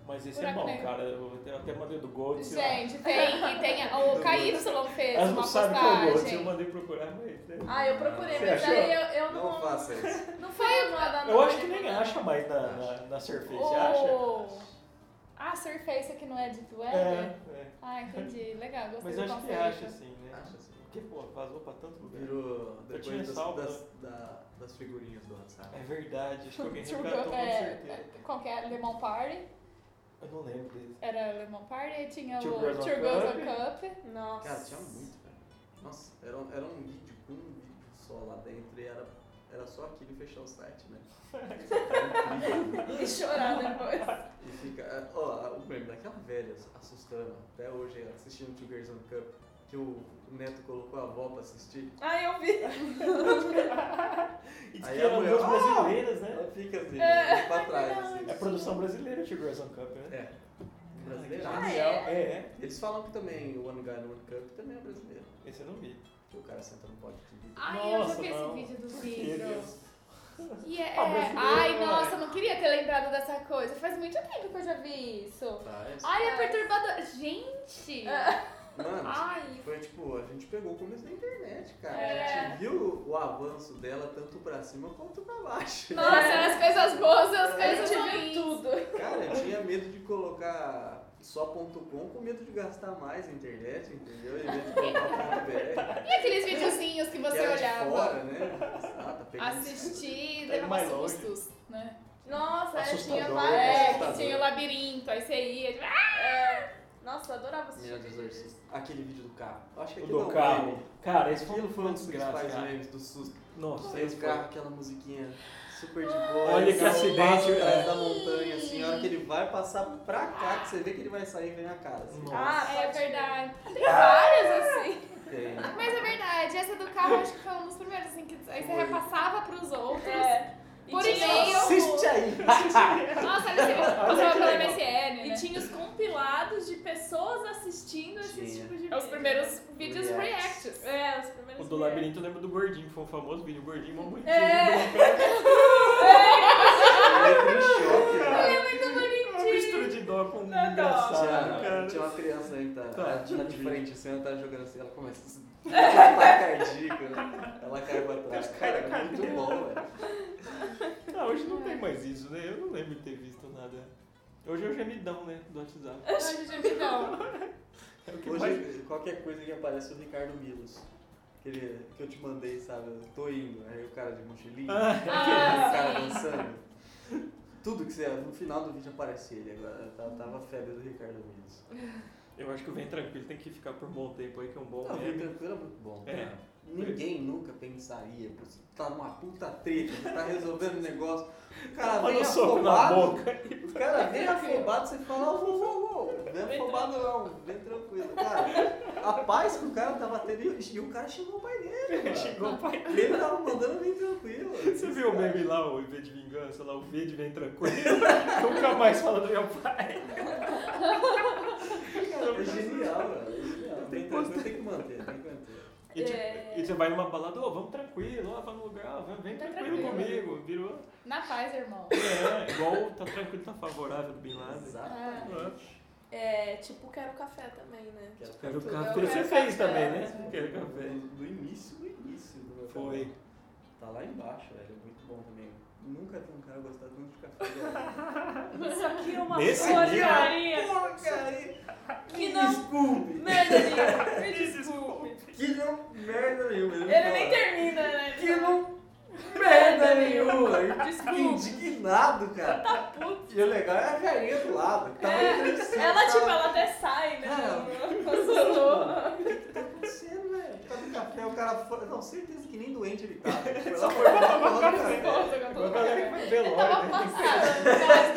S1: Mas esse
S3: buraco
S1: é bom,
S3: negro.
S1: cara. Eu até- eu até mandei do Gold. sei lá. Ah,
S3: Gente, tem, e tem. a- O KY fez
S1: Elas
S3: uma
S1: não sabem qual é o Gold, eu
S3: postagem.
S1: mandei procurar, mas. né?
S3: Ah, eu procurei,
S4: Você
S3: mas
S4: achou?
S3: aí eu, eu
S4: Não
S3: não.
S4: faça isso.
S3: Não foi o nada, Ah, não. é
S1: Eu acho que nem é. acha mais na, na, na Surface, acha?
S3: Ah, Surface que não é Deep Web?
S1: É, é.
S3: Ah, entendi. Legal, gostei
S1: Mas
S3: do
S1: eu acho que
S3: conceito.
S1: acha, assim, né?
S4: Acha assim.
S1: Porque, pô, vazou pra tanto lugar.
S4: Virou
S1: tinha
S4: depois das,
S1: salvo, né?
S4: das, da- das figurinhas do WhatsApp.
S1: É verdade, acho que alguém
S3: True
S1: resgatou com
S3: Girl, é,
S1: certeza.
S3: Qual que era? Lemon Party?
S1: Eu não lembro desse.
S3: Era Lemon Party, tinha
S1: Two
S3: o
S1: Girls,
S3: Two
S1: One
S3: Girls
S1: Cup.
S3: One Cup.
S2: Nossa.
S4: Cara, tinha muito, cara. Nossa, era, um- era um vídeo com um vídeo só lá dentro e era, era só aquilo e fechar o site, né? Era incrível.
S3: E chorar depois.
S4: E fica. é, Ó, o meme daquela velha assustando, até hoje assistindo Two Girls One Cup, que o neto colocou a avó pra assistir.
S3: Ah, eu vi.
S1: E diz
S4: Aí
S1: que
S4: a
S1: eram
S4: mulher,
S1: duas brasileiras, né?
S4: Ela fica assim,
S3: É,
S4: pra trás.
S3: verdade.
S4: Assim.
S1: É produção brasileira, Tio Girls One Cup, né?
S4: É.
S1: Ah,
S4: Brasileira.
S3: é?
S1: Genial. É, é.
S4: Eles falam que também o One Guy and One Cup também é brasileiro.
S1: Esse eu não vi.
S4: Que o cara senta no pote de vidro.
S5: Ai, eu
S1: Nossa,
S5: já vi
S1: não.
S5: esse vídeo dos
S1: Deus.
S5: vídeos.
S3: E é.
S1: Ah, brasileiro,
S3: Ai,
S1: né?
S3: nossa, eu não queria ter lembrado dessa coisa. Faz muito tempo que eu já vi isso.
S4: Faz.
S3: Ai, é perturbador. Gente!
S2: É.
S4: Mano,
S5: Ai,
S4: foi tipo, a gente pegou o começo da internet, cara. A
S3: É.
S4: gente viu o avanço dela tanto pra cima quanto pra baixo.
S3: Nossa,
S5: É.
S3: as coisas boas e as
S4: É.
S3: coisas
S5: Eu
S3: ruins.
S5: tive
S3: tudo.
S4: Cara, eu tinha medo de colocar só .com com medo de gastar mais na internet, entendeu? Em vez de colocar .br.
S3: E aqueles videozinhos que
S4: que
S3: você
S4: era de
S3: olhava?
S4: fora, né? Ah, tá pegando
S3: Assistir,
S1: Pega mais
S3: levava
S1: longe.
S3: sustos, né?
S2: Nossa, era-
S4: Assustador,
S2: tinha
S3: É,
S4: assustador.
S3: que tinha o labirinto, aí você ia. tipo, ah!
S2: É. Nossa, eu adorava assistir.
S4: Meu Deus, do
S2: vídeos.
S4: Exorcista. Aquele vídeo do carro. Eu Acho que
S1: O
S4: aquilo é
S1: do
S4: um
S1: carro.
S4: meme.
S1: Cara, esse foi
S4: Aquilo
S1: um
S4: foi um dos
S1: desgraça,
S4: principais
S1: cara.
S4: memes do susto.
S1: Nossa,
S4: Saiu
S1: esse
S4: do
S1: foi.
S4: carro, aquela musiquinha super de boa.
S1: Olha
S4: ele
S1: que
S4: passa
S1: acidente,
S4: atrás
S1: cara.
S4: da montanha, assim. A hora que ele vai passar pra cá, que você vê que ele vai sair e vem na cara. Assim.
S1: Nossa.
S2: Ah,
S3: É
S2: pode ver.
S3: verdade. Tem várias assim.
S4: Tem.
S3: Mas é verdade, essa do carro acho que foi um dos primeiros, assim, que aí você
S4: Foi.
S3: repassava pros outros.
S2: É. E
S3: Por
S2: tinha- um-
S3: e-mail.
S4: Assiste aí!
S3: Nossa, ele se passava
S1: Olha que
S3: pela
S1: legal.
S3: MSN, né?
S5: E tinha os compilados de pessoas assistindo esses
S4: Tinha.
S5: tipos de
S3: É os
S5: vídeo.
S3: primeiros vídeos
S4: Reacts.
S3: reacts.
S2: É, os primeiros.
S1: O do
S2: vídeos.
S1: labirinto eu lembro do gordinho, que foi um famoso vídeo. O gordinho, uma bonitinha.
S2: É.
S4: Eletrochoque, cara.
S1: Uma mistura de dó com um
S2: Não,
S1: engraçado,
S4: Tinha,
S1: cara.
S4: tinha uma criança aí que tá,
S1: Tá.
S4: tá de frente, assim, ela tá jogando assim, ela começa a atacar cardíaco, né? Ela cai pra trás. Cara, é muito bom, velho.
S1: Ah, hoje não tem mais isso, né? Eu não lembro de ter visto nada. Hoje é o gemidão, né? Do WhatsApp.
S3: Hoje de vidão.
S1: É o que mais...
S4: Hoje, qualquer coisa que aparece, é o Ricardo Milos. Aquele que eu te mandei, sabe? Eu tô indo. Aí o cara de mochilinha,
S1: Ah,
S4: aquele cara dançando. Tudo que você... No final do vídeo aparece ele agora. Tá- Tava a febre do Ricardo Milos.
S1: Eu acho que o Vem Tranquilo tem que ficar por um bom tempo aí, que é um bom
S4: Não, o Rio
S1: meme.
S4: Tranquilo é muito bom,
S1: É.
S4: cara. Ninguém nunca pensaria, pô, você tá numa puta treta, você tá resolvendo um negócio, o cara
S1: Toma
S4: vem
S1: no soco na
S4: afobado,
S1: boca.
S4: o cara vem afobado, você fala, ô, ô, ô, ô, vem afobado não, vem tranquilo, cara. A paz que o cara tava tendo, e- e o cara chegou o pai dele, mano.
S1: Chegou o pai.
S4: Ele tava mandando bem tranquilo.
S1: Você viu o meme lá, o V de Vingança, lá, o V de Vem Tranquilo? Nunca mais fala do meu pai.
S4: É genial, mano, é genial. Tem que, tem que manter, tem que manter.
S1: E, tipo,
S2: É.
S1: e você vai numa balada, ô, vamos tranquilo, ó, vamos no lugar, ó, vem, vem
S3: Tá
S1: tranquilo,
S3: tranquilo.
S1: comigo. Virou.
S3: Na paz, irmão.
S1: É, igual o tá tranquilo, tá favorável do Bin Laden.
S4: Exatamente.
S5: É, tipo, quero café também, né?
S4: Quero
S1: Quero
S4: café.
S3: Eu
S1: café. Você
S3: quero
S1: fez
S3: café.
S1: também, né? Quero café.
S4: Do, do início, do início. Do meu
S1: Foi.
S4: canal. Tá lá embaixo, velho. Muito bom também. Nunca vi um cara gostar tanto de café. velho.
S5: Isso aqui é uma
S1: Nesse nível-
S5: porcaria.
S4: Porcaria!
S5: Que
S4: Me
S5: não-
S4: Desculpe!
S5: Merda, gente. Me
S1: Desculpe.
S4: Que não merda nenhuma. Ele,
S5: Ele
S4: fala,
S5: nem termina, né?
S4: Que não merda nenhuma. Eu fico
S5: Desculpe.
S4: indignado, cara. Tá puto. E o legal é a carinha do lado. que Tá
S5: Ela, tipo, ela até sai, né?
S3: Tipo,
S4: Cara.
S5: Vacilou.
S4: tá acontecendo, velho? Tá no café, o cara foi. Não, certeza que nem doente ele tá. Ela foi lá, tomou café.
S1: Agora a galera que vai ver
S3: Eu tava
S1: logo, né?
S3: é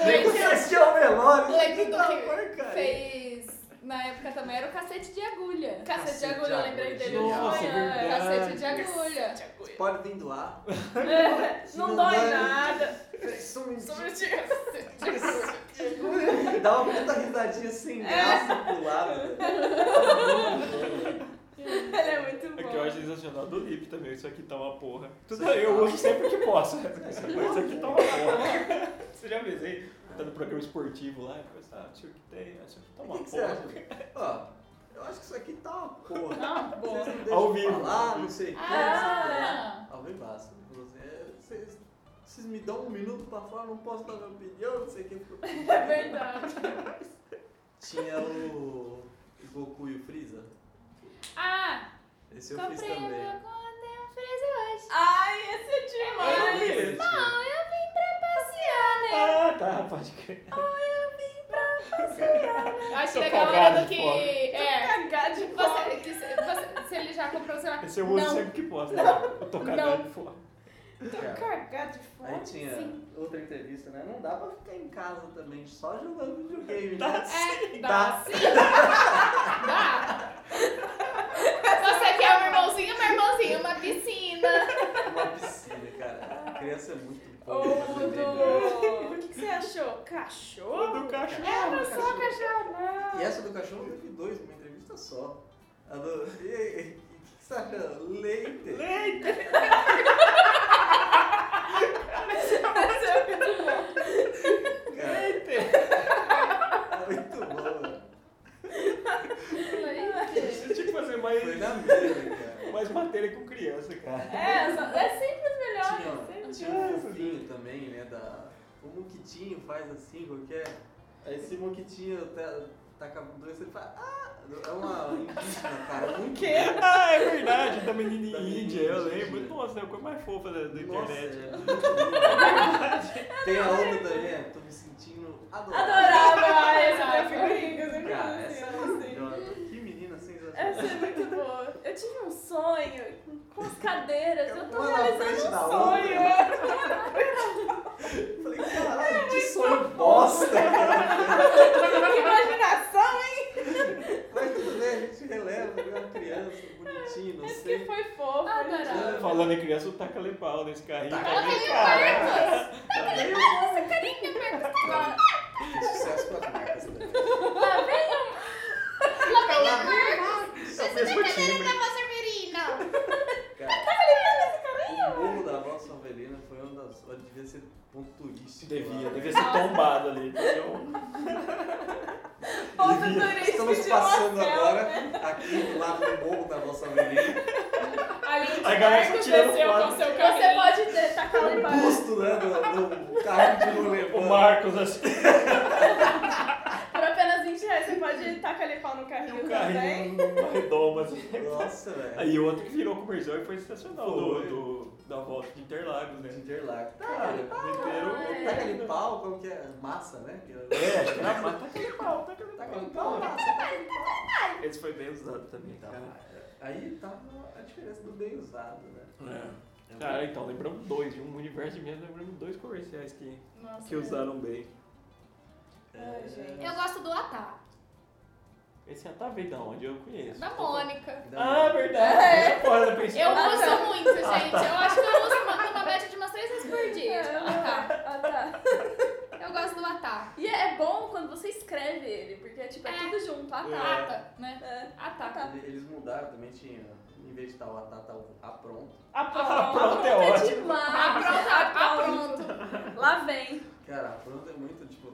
S4: Tem que
S3: passando.
S4: assistir ao é Velório.
S3: Moleque do
S4: tá
S3: que
S4: porcaria.
S3: é Fez. Na época também era o cacete de agulha.
S4: Cacete
S3: Cacete
S4: de
S3: de agulha, eu lembrei
S4: agulha,
S3: dele.
S1: Nossa,
S3: Olha,
S5: É,
S1: verdade.
S3: Cacete de agulha.
S4: Pode penduar.
S5: Não,
S4: Não
S5: dói
S4: dói.
S5: nada.
S4: Some de-
S3: Sobre o cacete de agulha.
S4: Dá uma puta risadinha
S6: É.
S4: sem graça pro lado. velho.
S5: Ele é muito
S1: É
S5: bom.
S1: que eu acho evangelizacional do Lip também. Isso aqui tá uma porra. Tudo
S4: tá
S1: eu uso sempre que posso. Mas isso aqui tá uma porra. Você já fez aí? Tá no programa esportivo lá. depois, Ah, isso aqui tem. ah, Isso aqui tá
S4: O
S1: uma
S4: que, que você
S1: porra.
S4: acha? Ó, eu acho que isso aqui tá uma porra.
S6: Não, boa.
S4: Vocês não
S1: Ao
S4: deixam
S1: vivo.
S4: falar, não sei o que.
S6: Ah!
S4: Ao vivo, basta. Falou assim, é, Vocês vocês me dão um minuto pra falar, não posso dar minha opinião, não sei o que.
S6: É verdade.
S4: Tinha o o Goku e o Freeza.
S6: Ah!
S4: Esse eu fiz
S6: Comprei o
S4: também.
S6: meu condenado freezer hoje.
S5: Ai, esse é demais.
S4: Eu fiz.
S6: Não, eu vim pra passear, né?
S1: Ah, tá, pode crer.
S6: Eu vim pra passear, né?
S3: Acho
S1: Tô
S3: que a
S1: cagado
S3: galera do
S1: de
S3: que.
S1: fome.
S3: É.
S5: Cagar de fome.
S3: Você, que se, você- se ele já comprou, sei lá.
S1: Esse é eu uso
S3: não.
S1: sempre que posso. Eu tô cagando fora.
S4: Cara,
S5: Cagar de
S4: Aí
S5: fome.
S4: tinha outra entrevista, né? Não dá pra ficar em casa também, só jogando
S3: É,
S4: videogame. né?
S3: dá,
S4: Dá.
S3: sim. Dá. Você quer um irmãozinho, uma irmãzinha, uma piscina.
S4: Uma piscina, cara. A criança é muito
S5: Ô,
S4: boa. pra fazer né? videogame.
S5: do... O que, que você achou?
S1: Ô,
S5: Cachorro?
S1: do cachorro.
S5: É, não sou cachorro, não.
S4: E essa do cachorro teve dois, uma entrevista só. A do. E aí, o que que você acha? Leite.
S1: Leite.
S4: Cara,
S1: Leite.
S4: tá muito bom, mano.
S1: Você tinha que fazer mais,
S4: Foi na mesa, cara.
S1: mais matéria com criança, cara.
S5: É, só- é sempre os
S4: Tinha,
S5: melhores.
S4: ó,
S5: sempre.
S4: tinha um fofinho também, né? Da... O Moquitinho faz assim, qualquer. Aí esse Moquitinho tá, tá com a doença, ele fala. Ah! É uma indígena, cara. Muito
S1: Ah, é verdade, da menina
S4: Da
S1: em
S4: menina
S1: Índia, eu
S4: em Índia.
S1: lembro. Nossa, é a coisa mais fofa da, da
S4: Nossa,
S1: internet.
S4: é muito lindo. Tem a outra também, é, tô me sentindo adorável.
S5: Adorava essa da figurinha, eu
S4: Cara, essa é
S5: sempre
S4: maravilhosa. Que menina sensacional.
S5: Essa é muito boa. Eu tive um sonho com as cadeiras. Eu tô
S4: Uma na frente
S5: realizando
S4: da
S5: um sonho.
S4: Eu Falei, caralho, que sonho bosta, cara.
S5: Que imaginação, hein?
S4: Mas tudo bem, a gente releva, é uma criança bonitinha,
S5: Isso que
S4: inocente.
S5: foi fofo.
S3: Adorava.
S4: É.
S1: Falando em criança, o taca pau nesse carrinho.
S4: Taca
S1: Tá
S3: Ela tem
S1: cara.
S3: quartos.
S4: tá
S5: Nossa, carinha, pergunta.
S4: Que sucesso né? com as marcas também.
S3: Lá vem um. Lá vem um.
S4: É o mesmo
S1: né?
S4: time.
S3: né, Severino.
S4: Cara, o morro da Vossa Alvelina foi uma das. Olha, devia ser ponto turístico.
S1: Devia,
S4: lá.
S1: devia ser tombado ali. entendeu?
S5: Ponto
S4: Devia.
S5: turístico
S4: Estamos
S5: de né?
S4: passando
S5: hotel,
S4: agora aqui do lado do morro da Vossa Alvelina.
S3: Além de
S1: A galera tá
S3: Marcos
S1: tirando
S3: desceu
S1: foto.
S3: com seu
S5: Você
S3: carrinho.
S5: pode ter- tá tacar lá
S4: O
S5: embaixo.
S4: busto, né? Do, do carro de rolê.
S1: O Marcos assim,
S5: Por apenas 20 reais, você pode tacar ali pau no carrinho
S1: o
S5: também.
S1: um carrinho numa redoma assim.
S4: Nossa, velho.
S1: Aí outro que virou comercial e foi sensacional do,
S4: Foi.
S1: do- da volta de Interlagos,
S4: De
S1: né?
S4: Interlagos.
S1: Cara,
S4: Cara,
S1: meteram. um
S4: tá aquele pau, qual que é? Massa, né? Que
S1: É, acho que era massa. Taca ali pau, taca
S4: Tá
S1: ali
S4: aquele
S1: pau.
S4: pau, massa. tá aquele pau.
S1: Esse foi bem usado também, tá?
S4: Então,
S1: cara.
S4: aí tava a diferença do bem usado, né?
S1: É. Cara, então lembramos dois, de um universo de mesmo, lembramos dois comerciais que,
S3: Nossa,
S5: É.
S1: que usaram bem.
S4: é,
S1: É,
S5: Ai, gente.
S3: Eu gosto do Atá.
S1: Esse Atá veio da onde? Eu conheço.
S3: Da Mônica.
S1: Ah, verdade. Porra, eu pensei.
S3: Eu
S5: Ah, tá.
S3: uso muito, gente. Eu acho que eu uso uma, uma média de umas três vezes por dia. Atá.
S5: Ah, tá.
S3: Eu gosto do Atá.
S5: E é bom quando você escreve ele, porque tipo, é
S3: É.
S5: tudo junto, ah tá.
S3: Ata, né?
S5: É.
S3: Atá.
S4: Ele- Eles mudaram também, tinha. Em vez de estar o Atá, tá o Apronto.
S1: Ah,
S5: Ah,
S1: pronto, é
S5: é
S1: ótimo.
S5: demais.
S3: Apronto, apronto.
S5: Lá vem.
S4: Cara, Apronto é muito tipo.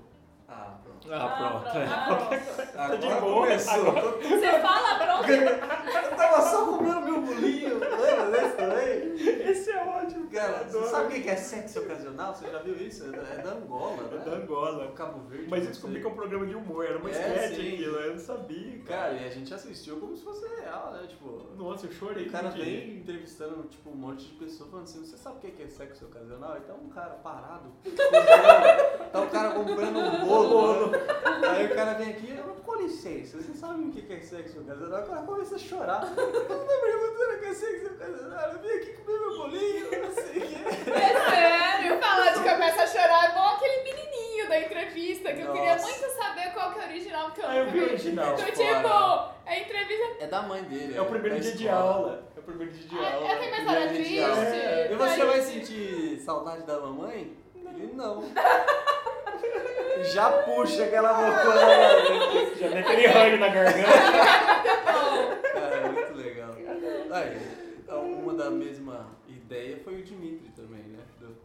S4: Ah, pronto.
S1: Ah, pronto.
S4: É
S5: pronto.
S4: Agora
S1: Tá de boa, né?
S4: começou.
S5: Você fala pronto.
S4: Eu tava só comendo meu bolinho. Lembra desse também?
S1: Esse é ótimo,
S4: Cara,
S1: Adoro.
S4: você sabe o que que é sexo ocasional? Você já viu isso? É da- é da Angola,
S1: É
S4: né?
S1: da Angola.
S4: Cabo Verde. né?
S1: Mas
S4: não
S1: eles
S4: sei.
S1: publicam um programa de humor, era uma
S4: É,
S1: esquete
S4: sim.
S1: aquilo, eu não sabia,
S4: Cara,
S1: cara.
S4: e a gente assistiu como se fosse real, né? Tipo, o
S1: Nossa, eu chorei.
S4: cara
S1: com aquilo.
S4: vem entrevistando tipo, um monte de pessoa falando assim: você sabe o que é que é sexo ocasional? Então um cara parado, comprando, tá o cara comprando um bolo. né? Aí o cara vem aqui, eu, com licença, você sabe o que que é sexo ocasional? O cara começa a chorar. Eu não tô perguntando o que é sexo ocasional, eu vim aqui comer meu bolinho, não sei o que. é."
S3: Sério? Falar de começa a chorar é bom aquele menininho da entrevista que eu queria
S4: Nossa.
S3: muito saber qual que é o original porque eu
S1: Ah, eu vi o
S3: nunca
S1: original.
S3: Então,
S4: fora.
S3: tipo, a entrevista.
S4: É da mãe dele.
S1: É o primeiro dia de aula. É o primeiro dia de
S3: Ah,
S1: aula.
S3: eu tenho uma história
S4: Grande
S3: triste.
S4: aula.
S1: É.
S4: E você vai
S3: mas-
S4: sentir saudade da mamãe? Ele não. Já puxa aquela bocona. né?
S1: Já dei aquele ranho na garganta.
S4: Cara, é muito legal. Aí, uma da mesma ideia foi o Dimitri também, né? Do-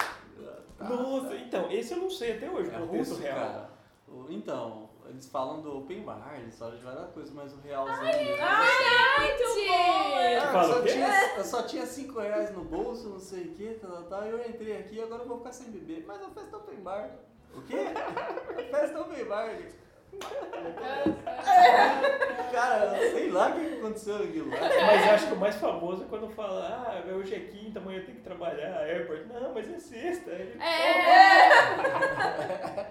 S4: da- da-
S1: Nossa, então, esse eu não sei até hoje,
S4: É,
S1: pro
S4: esse
S1: russo real.
S4: cara. O- Então, eles falam do open bar, eles falam de várias coisas, mas o realzão mesmo. é
S3: Gente!
S4: Ah, eu,
S1: Fala
S4: só
S1: o quê?
S4: tinha, eu só tinha 5 reais no bolso, não sei o que, tal, tal, tal. tá, Eu entrei aqui agora eu vou ficar sem beber. Mas a festa é open bar. O quê? A festa é open bar. Cara, eu sei lá o que que aconteceu aquilo lá.
S1: Mas eu acho que o mais famoso é quando fala, ah, meu, hoje é quinta, amanhã eu tenho que trabalhar. Aí eu pergunto, não, mas é sexta. Aí ele,
S3: "Ah, É,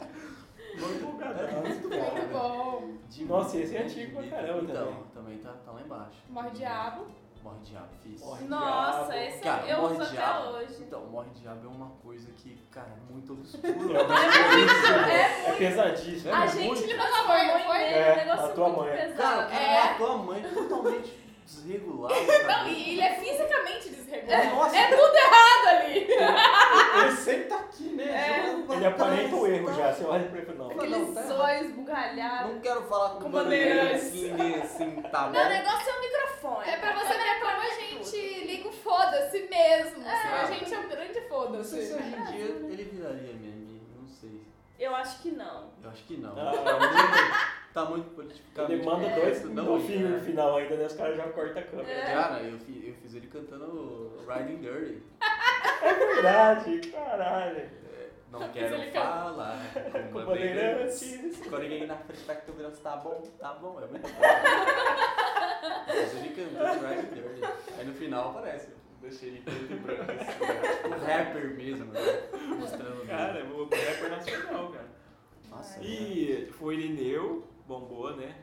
S1: "Pô, tô empolgadão."
S4: Era muito bom,
S3: muito
S4: né?
S3: bom.
S4: Dimitri,
S1: Nossa, esse é
S4: né?
S1: antigo pra
S4: Dimitri.
S1: caramba
S4: Então, também tá, tá lá embaixo.
S3: Morre diabo.
S4: Morre diabo, fiz.
S1: Morre Diabo.
S5: Nossa, esse
S4: Cara,
S5: eu
S4: morre
S5: uso até
S4: diabo.
S5: hoje.
S4: Então, morre diabo é uma coisa que, cara, é muito
S1: É,
S4: obscura.
S1: é, pesadíssimo.
S4: É
S5: A
S4: muito.
S5: gente levou
S3: Nossa,
S5: a mãe, não
S3: mãe
S5: foi?
S1: mesmo.
S5: um negócio
S1: É, a tua
S5: muito
S1: mãe.
S4: Cara, o
S5: pesado.
S4: cara
S3: É.
S4: matou a mãe totalmente desregular.
S3: Não,
S4: cara.
S3: e ele é fisicamente desregulado.
S4: Nossa,
S3: É tudo errado ali. é
S4: ele sempre tá aqui, né? Jogando pra
S1: Ele aparenta o
S4: trás,
S1: erro
S4: tá?
S1: já, você olha pra ele e fala, não.
S4: Não,
S3: Aqueles
S4: tá errado.
S3: olhos bugalhados.
S4: Não quero falar com
S3: Com
S4: bandeira
S3: bandeirantes.
S4: assim, ninguém assim, tá bom?
S3: Meu negócio é o microfone.
S5: É pra você ver como a
S3: gente
S5: gente
S3: liga o foda-se mesmo.
S5: sabe?
S3: A gente é um grande
S4: Não sei se
S3: foda-se.
S4: hoje em dia ele viraria meme, não sei.
S5: Eu acho que não.
S4: Eu acho que não.
S1: Ah,
S4: Tá muito politificado.
S1: ele manda dois
S4: é não,
S1: no fim no
S4: né?
S1: final ainda, né? Os caras já cortam a câmera.
S4: Cara, eu fiz, eu fiz ele cantando Riding Dirty.
S1: É verdade, caralho.
S4: É, Não quero
S5: ele canta.
S4: falar
S1: Com
S4: com
S1: é
S4: bandeirantes.
S1: bandeirantes.
S4: Com ninguém na frente da câmera, tá bom, tá bom, é muito bom. Mas ele cantando Riding Dirty. Aí no final aparece. eu Deixei ele preto e branco. assim, né? O rapper mesmo, né? Mostrando o
S1: Cara, é o rapper nacional, cara.
S4: Nossa, né?
S1: E foi Lineu, bombou, né?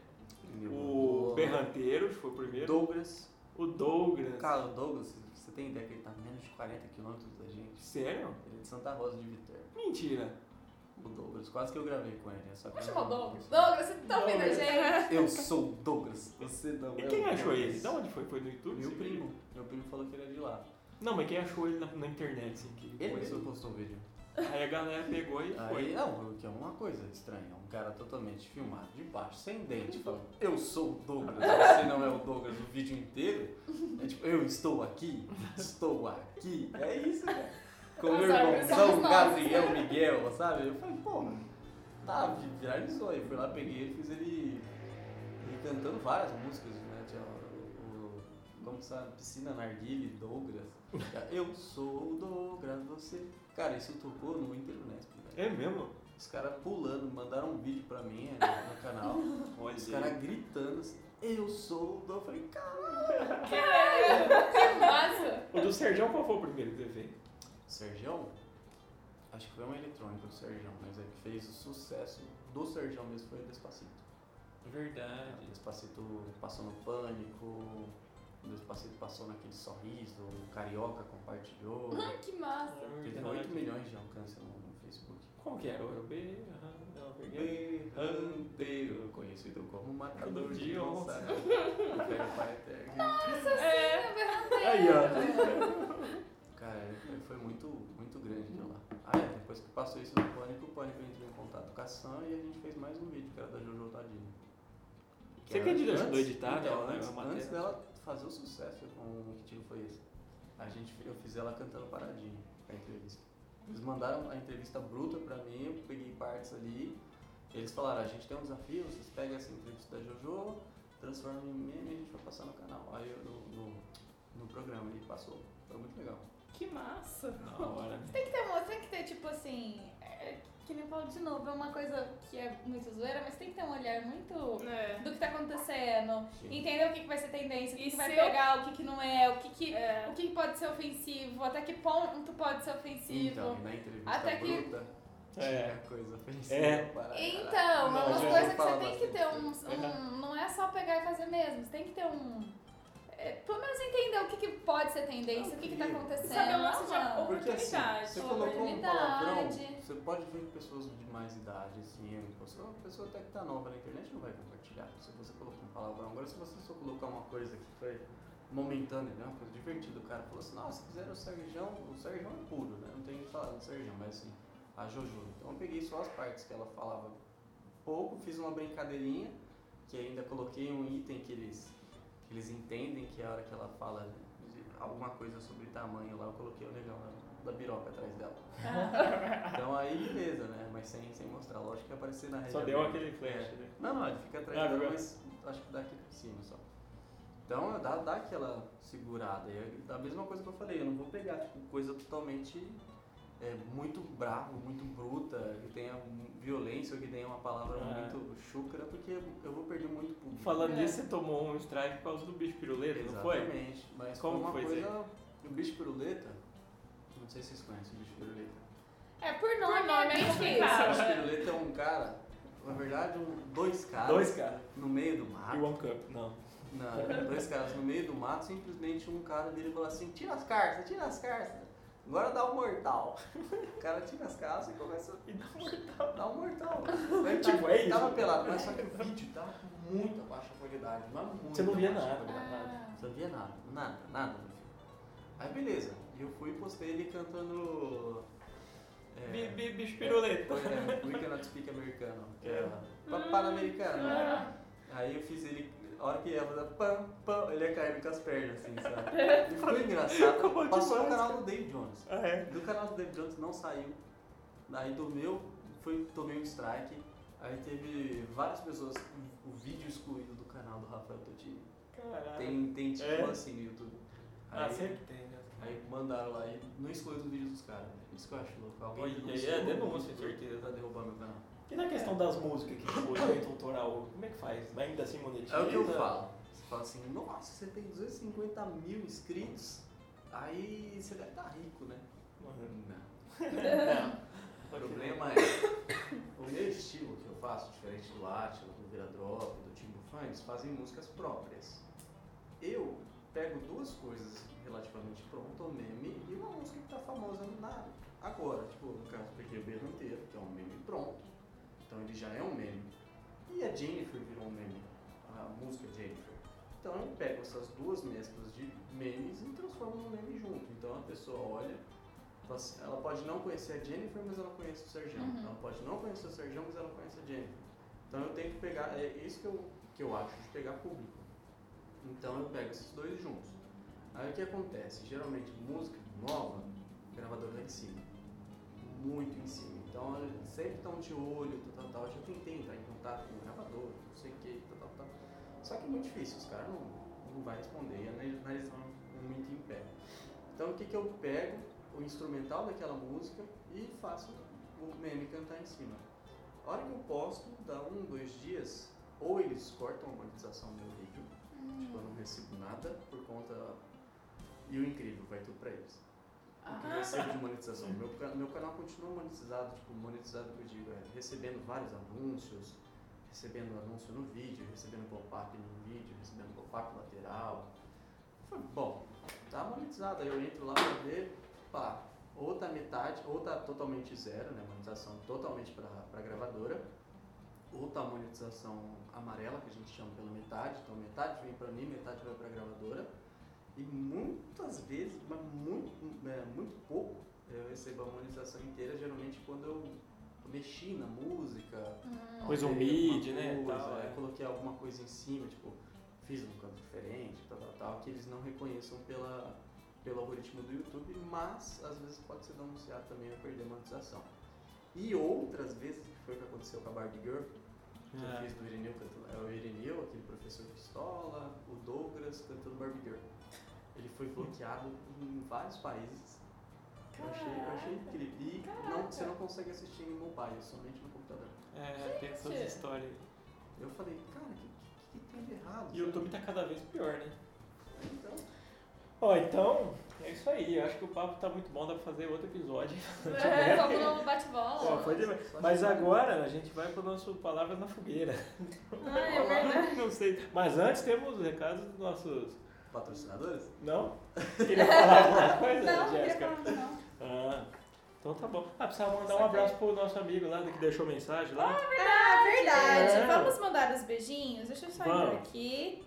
S4: meu
S1: O
S4: Deus.
S1: Berranteiro, que foi o primeiro.
S4: Douglas.
S1: O Douglas.
S4: Cara, o Douglas, você tem ideia que ele tá a menos de 40 quilômetros da gente?
S1: Sério?
S4: Ele é de Santa Rosa de Vitória.
S1: Mentira.
S4: O Douglas, quase que eu gravei com ele. é Só que
S3: Vamos
S4: eu
S3: chamar o
S4: não-
S3: Douglas. Douglas, você tá ouvindo a
S1: Douglas.
S3: gente?
S4: Eu sou o Douglas, você não
S1: E
S4: é
S1: quem
S4: o
S1: achou
S4: Douglas.
S1: ele? um Da onde foi? Foi no YouTube?
S4: Meu
S1: esse vídeo?
S4: primo. Meu primo falou que ele é de lá.
S1: Não, mas quem achou ele na, na internet, assim, que
S4: Ele
S1: conheceu?
S4: mesmo postou o vídeo.
S1: Aí a galera pegou e
S4: Aí,
S1: foi.
S4: não, o que é uma coisa estranha. Um cara totalmente filmado de baixo, sem dente, falando Eu sou o Douglas, você não é o Douglas o vídeo inteiro. É tipo, eu estou aqui, estou aqui. É isso, cara. Com
S3: As
S4: meu
S3: árvores
S4: irmãozão
S3: somos nós.
S4: Gabriel Miguel, sabe? Eu falei, pô, tá, vi- viralizou. Aí fui lá, peguei ele, fiz ele, ele cantando várias músicas, né? Tinha o, o- como sabe, Piscina Narguile, Douglas. Eu sou o Douglas, você. Cara, isso tocou no né? Interunesp, velho.
S1: É mesmo?
S4: Os caras pulando, mandaram um vídeo pra mim né, no canal.
S1: Olha
S4: Os
S1: aí.
S4: caras gritando assim, eu sou o Dom. Eu falei, caralho.
S3: Que massa.
S1: O do Sergião qual foi o primeiro que teve?
S4: Sergião? Acho que foi uma eletrônica do Sergião, mas é que fez o sucesso do Sergião mesmo foi o Despacito. O
S1: É Verdade.
S4: Despacito passou no pânico, o Despacito passou naquele sorriso, o Carioca compartilhou.
S3: Ai, que
S1: É
S3: massa.
S4: Teve 8 milhões de alcance no, no Facebook.
S1: Como que era? Era o B? aham, Não, peguei.
S4: Berranteiro, conhecido como Matador
S1: Matador de
S4: de Onça.
S1: onça.
S4: O velho pai eterno.
S5: É.
S3: é
S1: Aí, ó.
S4: Cara, é- foi muito, muito grande de lá. Aí, depois que passou isso do Pânico, o Pânico entrou em contato com a Sam e a gente fez mais um vídeo, que era da Jojo Tadinho.
S1: Você
S4: era
S1: que é ajudou-
S4: antes-
S1: ajudou a editar, né,
S4: então,
S1: a
S4: antes,
S1: matéria?
S4: antes dela fazer o sucesso com o que tiro foi esse. A gente, eu fiz ela cantando paradinho pra entrevista. Eles mandaram a entrevista bruta pra mim, eu peguei partes ali. Eles falaram, a gente tem um desafio, vocês pegam essa entrevista da Jojo, transformam em meme e a gente vai passar no canal. Aí eu, no, no, no programa ele passou. Foi muito legal.
S5: Que massa.
S1: Na hora.
S3: Tem que ter, uma- tem que ter, tipo assim. é, Que nem eu falo de novo, é uma coisa que é muito zoeira, mas tem que ter um olhar muito
S5: É.
S3: do que tá acontecendo. Entender o que, que vai ser tendência, o que,
S5: E
S3: que vai
S5: se eu-
S3: pegar, o que, que não é, o que, que,
S5: É.
S3: o que, que pode ser ofensivo, até que ponto pode ser ofensivo.
S4: Então, e na entrevista
S3: Até que-
S4: bruta,
S1: É.
S4: tinha coisa ofensiva
S1: É.
S4: para
S3: Então, é
S4: né? Não,
S3: umas
S4: já vou
S3: coisas que
S4: falar
S3: você tem que ter
S4: bastante.
S3: um, um- Não é só pegar e fazer mesmo, você tem que ter um. é, pelo menos entender o que, que pode ser tendência, o que, que tá
S4: Não,
S3: acontecendo.
S5: Sabe, eu lance de
S3: Aham.
S4: Porque assim,
S5: Oportunidade,
S4: você colocou um palavrão,
S3: oportunidade.
S4: você pode ver que pessoas de mais idade, assim, eu, pessoa, pessoa até que tá nova na internet não vai compartilhar se você colocou um palavrão. Agora, se você só colocar uma coisa que foi momentânea, né, uma coisa divertida, o cara falou assim, nossa, fizeram o Sergião, o Sergião é puro, né, não tem o que falar do Sergião, mas assim, a Jojo. Então eu peguei só as partes que ela falava pouco, fiz uma brincadeirinha, que ainda coloquei um item que eles, que eles entendem, que é a hora que ela fala, né, de, alguma coisa sobre tamanho lá, eu coloquei o negão da- da biroca atrás dela. então aí beleza, né? Mas sem, sem mostrar, lógico que ia aparecer na rede.
S1: Só É. deu
S4: aberta. É.
S1: aquele flash, né?
S4: Não, não, ele fica atrás
S1: Ah,
S4: dela,
S1: ficou.
S4: mas acho que daqui pra cima só. Então dá, dá aquela segurada. E é a mesma coisa que eu falei, eu não vou pegar tipo, coisa totalmente é, muito bravo, muito bruta, que tenha violência ou que tenha uma palavra
S1: Ah.
S4: muito chucra, porque eu vou perder muito público.
S1: Falando
S5: É.
S1: nisso, você tomou um strike por causa do bicho piruleta, não foi?
S4: Exatamente. Mas
S1: Como
S4: foi uma
S1: foi,
S4: coisa. O bicho piruleta. Não sei se vocês conhecem o bicho piruleta.
S3: É, por nome,
S5: Por
S3: é
S5: nome é
S3: bem difícil.
S4: O
S5: complicado.
S4: bicho
S5: né?
S4: piruleta é um cara, na verdade, um- dois caras
S1: Dois caras.
S4: no meio do
S1: E
S4: mato.
S1: One Cup, não.
S4: Não, dois caras no meio do mato, simplesmente um cara dele fala assim, tira as carças, tira as carças. Agora dá um mortal. O cara tira as calças e começa
S1: E dá uma
S4: a dar um mortal. tá,
S1: Tipo, é isso?
S4: Tava pelado, mas só que o vídeo tava com muita baixa qualidade. Mas muito
S1: Você não via
S4: baixa
S1: nada.
S4: qualidade.
S3: Ah,
S4: Não via nada, nada, nada no filme. Aí beleza, e eu fui e postei ele cantando.
S1: Bi-
S4: É,
S1: bi- Bicho piruleta.
S4: é, We Cannot Speak Americano, que é
S5: Hum.
S4: Pan-Americano.
S5: Ah.
S4: Aí eu fiz ele, a hora que ele ia fazer pam, pam, ele ia caindo com as pernas assim, sabe? E foi engraçado.
S1: Como é que
S4: Passou no
S1: faz,
S4: canal do Dave Jones.
S1: Ah, é.
S4: Do canal do Dave Jones não saiu. Aí do meu, foi, tomei um strike. Aí teve várias pessoas, o o vídeo excluído do canal do Rafael Totini.
S1: Caralho.
S4: Tem, tem tipo
S1: É?
S4: assim no YouTube.
S1: Ah,
S4: Aí-
S1: sempre tem, né?
S4: Aí mandaram lá e não excluíram os vídeos dos caras. né? Isso que eu acho louco.
S1: Olha,
S4: Alguém
S1: é denúncia,
S4: certeza. Pra derrubar meu Tá canal.
S1: E na questão das músicas que tipo, foi direito autoral, como é que faz? Ainda assim monetiza?
S4: É o que eu falo. Você fala assim, nossa, você tem 250 mil inscritos, aí você deve estar rico, né?
S1: Mano,
S4: Não.
S1: não.
S4: O problema é, o meu estilo que eu faço, diferente do Átila, do Vira Drop, do Timbu Fã, eles fazem músicas próprias. Eu pego duas coisas relativamente prontas, um meme e uma música que tá famosa na, agora. Tipo, no caso, peguei o Berranteiro, que é um meme pronto. Então ele já é um meme. E a Jennifer virou um meme. A música Jennifer. Então eu pego essas duas mesclas de memes e transformo num meme junto. Então a pessoa olha, fala assim, ela pode não conhecer a Jennifer, mas ela conhece o Sergião.
S3: Uhum.
S4: Ela pode não conhecer o Sergião, mas ela conhece a Jennifer. Então eu tenho que pegar, é isso que eu, que eu acho de pegar público. Então eu pego esses dois juntos. Aí o que acontece? Geralmente música nova, gravador lá em cima. Muito em cima. Então eles sempre estão de olho, tal, tal, tal. Eu já tentei entrar em contato com o gravador, não sei o que, tal, tal, tal. Só que é muito difícil, os caras não, não vão responder, e a analisação é muito em pé. Então o que, que eu pego? O instrumental daquela música e faço o meme cantar em cima. A hora que eu posto, dá um, dois dias, ou eles cortam a monetização do meu vídeo, tipo, eu não recebo nada por conta. E o incrível, vai tudo pra eles. O que eu recebo de monetização. Meu, ca- meu canal continua monetizado, tipo, monetizado que eu digo, é recebendo vários anúncios, recebendo anúncio no vídeo, recebendo pop-up no vídeo, recebendo pop-up lateral. Foi bom, tá monetizado. Aí eu entro lá pra ver, pá, ou tá metade, ou tá totalmente zero, né? Monetização totalmente pra, pra gravadora, ou tá monetização amarela, que a gente chama pela metade, então metade vem pra mim, metade vai pra gravadora. E muitas vezes, mas muito, é, muito pouco, eu recebo a monetização inteira, geralmente quando eu mexi na música,
S1: Pôs um
S4: alterei
S1: mid,
S4: alguma
S1: né,
S4: coisa,
S1: tal,
S4: aí
S1: é.
S4: coloquei alguma coisa em cima, tipo, fiz um canto diferente, tal, tal, tal, que eles não reconheçam pela, pelo algoritmo do YouTube, mas às vezes pode ser denunciado também ou perder a monetização. E outras vezes, que foi o que aconteceu com a Barbie Girl, que eu fiz do Irineu cantando. É o Irineu, aquele professor pistola, o Douglas cantando Barbie Girl. Ele foi bloqueado em vários países. Eu achei, eu achei incrível. E não, você não consegue assistir em mobile, somente no computador.
S1: É, tem essas
S5: Gente.
S1: histórias aí.
S4: Eu falei, cara, o que, que, que tem de errado?
S1: E o YouTube tá cada vez pior, né?
S4: Então,
S1: Ó, então, é isso aí. Eu acho que o papo tá muito bom, dá pra fazer outro episódio.
S3: é, vamos no bate-bola.
S1: Ó, foi demais. Mas agora a gente vai pro nosso Palavras na Fogueira.
S3: Ah, é verdade.
S1: Não sei. Mas antes temos os recados dos nossos.
S4: patrocinadores?
S1: Não? Queria falar alguma coisa,
S3: Não, não queria
S1: Jéssica?
S3: falar muito não.
S1: Ah, então tá bom. Ah, precisava mandar um abraço pro nosso amigo lá que deixou mensagem lá.
S3: Ah, verdade.
S1: É.
S3: Vamos mandar os beijinhos. Deixa eu só ir
S1: Vamos.
S3: aqui.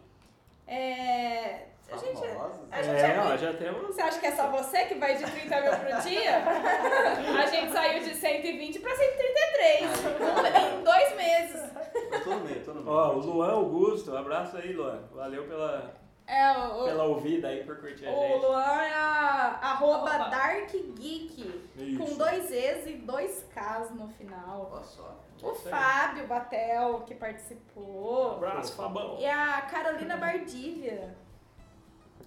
S3: É...
S4: Tá
S3: A gente...
S4: Famosos?
S3: a gente
S1: é,
S3: é
S1: ó, já temos.
S3: Você acha que é só você que vai de 30 mil pro dia? A gente saiu de 120 pra 133 em dois meses.
S4: Eu tô no meio, tô no meio.
S1: Ó, o Luan Augusto, um abraço aí, Luan. Valeu pela,
S3: É, o,
S1: Pela ouvida aí, por curtir a
S3: o
S1: gente.
S3: Luan é a, arroba
S5: Opa.
S3: Dark Geek. Com
S1: Isso.
S3: dois E's e dois Ks no final.
S4: Olha só.
S3: O
S1: Isso aí.
S3: Fábio Batel, que participou.
S1: Abraço, Fabão.
S3: E a Carolina Bardívia.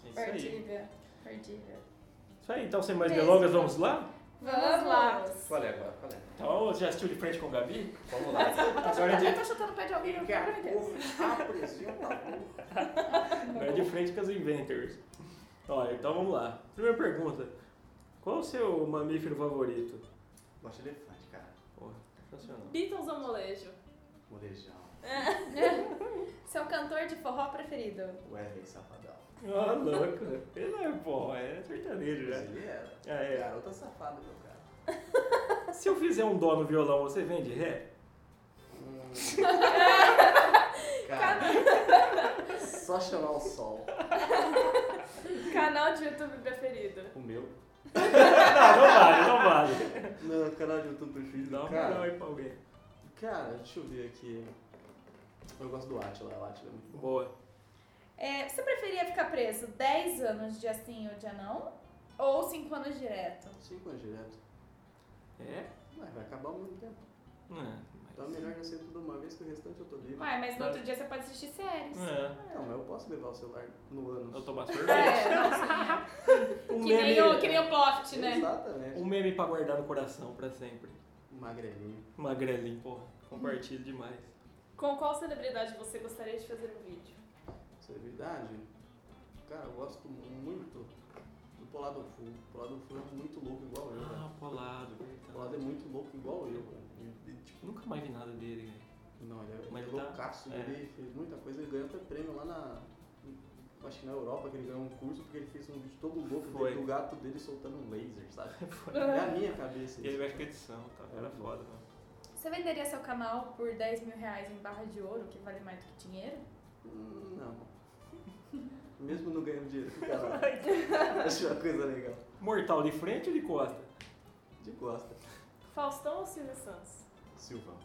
S1: Isso aí.
S3: Bardívia. Bardívia.
S1: Isso aí, então sem mais
S3: Beijo.
S1: delongas, vamos lá?
S3: Vamos lá.
S4: Qual é agora? Qual é?
S1: Então, você já assistiu de frente com o Gabi?
S4: Vamos lá.
S1: Agora é de,
S3: Eu tô chutando o pé de alguém, eu quero me ver.
S4: Porra, apresenta.
S1: agora é de frente com as inventors. Olha, então vamos lá. Primeira pergunta. Qual o seu mamífero favorito?
S4: Gosto de elefante, cara.
S1: Porra, sensacional.
S5: Beatles ou molejo?
S4: Molejão.
S3: Seu cantor de forró preferido.
S4: Wesley Safadão.
S1: Ah, louco. Ele não é bom, é sertanejo já.
S4: Ele era.
S1: Ah, é.
S4: Garota safada, meu cara.
S1: Se eu fizer um dó no violão, você vende ré?
S4: Hum. cara, só chamar o sol.
S5: Canal de YouTube preferido?
S4: O meu?
S1: Não, não vale, não vale.
S4: Não, é canal de YouTube preferido.
S1: Dá um
S4: cara,
S1: não aí pra alguém.
S4: cara, deixa eu ver aqui. Eu gosto do Atila, o Atila é muito bom.
S1: Boa.
S3: É, você preferia ficar preso 10 anos de assim ou de não? Ou 5 anos direto?
S4: Cinco anos direto.
S1: É?
S4: Ué, vai acabar ao mesmo tempo.
S1: É,
S4: Então é melhor já ser tudo uma vez que o restante eu tô livre.
S3: Uai, mas no outro dia você pode assistir séries. É.
S1: É,
S4: Não, mas eu posso levar o celular no ânus.
S1: eu tomar sorvete. Um
S3: que, nem o, que
S1: meme,
S3: nem o Ploft, né?
S4: Exatamente. Um
S1: um meme pra guardar no coração pra sempre.
S4: Magrelinho.
S1: Magrelinho, porra. Compartilho demais.
S5: Com qual celebridade você gostaria de fazer um vídeo?
S4: Celebridade? é Cara, eu gosto muito do Polado Full. O Polado Full é muito louco igual eu, velho.
S1: Ah, polado,
S4: O
S1: verdade.
S4: Polado é muito louco igual eu, velho. E- e, tipo,
S1: Nunca mais vi nada dele, velho.
S4: Não, ele é,
S1: Mas
S4: ele é
S1: tá-
S4: loucaço,
S1: é.
S4: ele fez muita coisa, ele ganhou até prêmio lá na. eu Acho que na Europa que ele ganhou um curso porque ele fez um vídeo todo louco
S1: Foi.
S4: dele, do gato dele soltando um laser, sabe?
S1: Foi.
S4: É a minha cabeça.
S1: Ele
S4: isso.
S1: mexe com edição, tá? Era foda, mano.
S3: Você venderia seu canal por 10 mil reais em barra de ouro, que vale mais do que dinheiro?
S4: Hum, Não. Mesmo não ganhando dinheiro, cara. Acho uma coisa legal.
S1: Mortal de frente ou de costa?
S4: De costa.
S5: Faustão ou Silvio Santos?
S4: Silvão.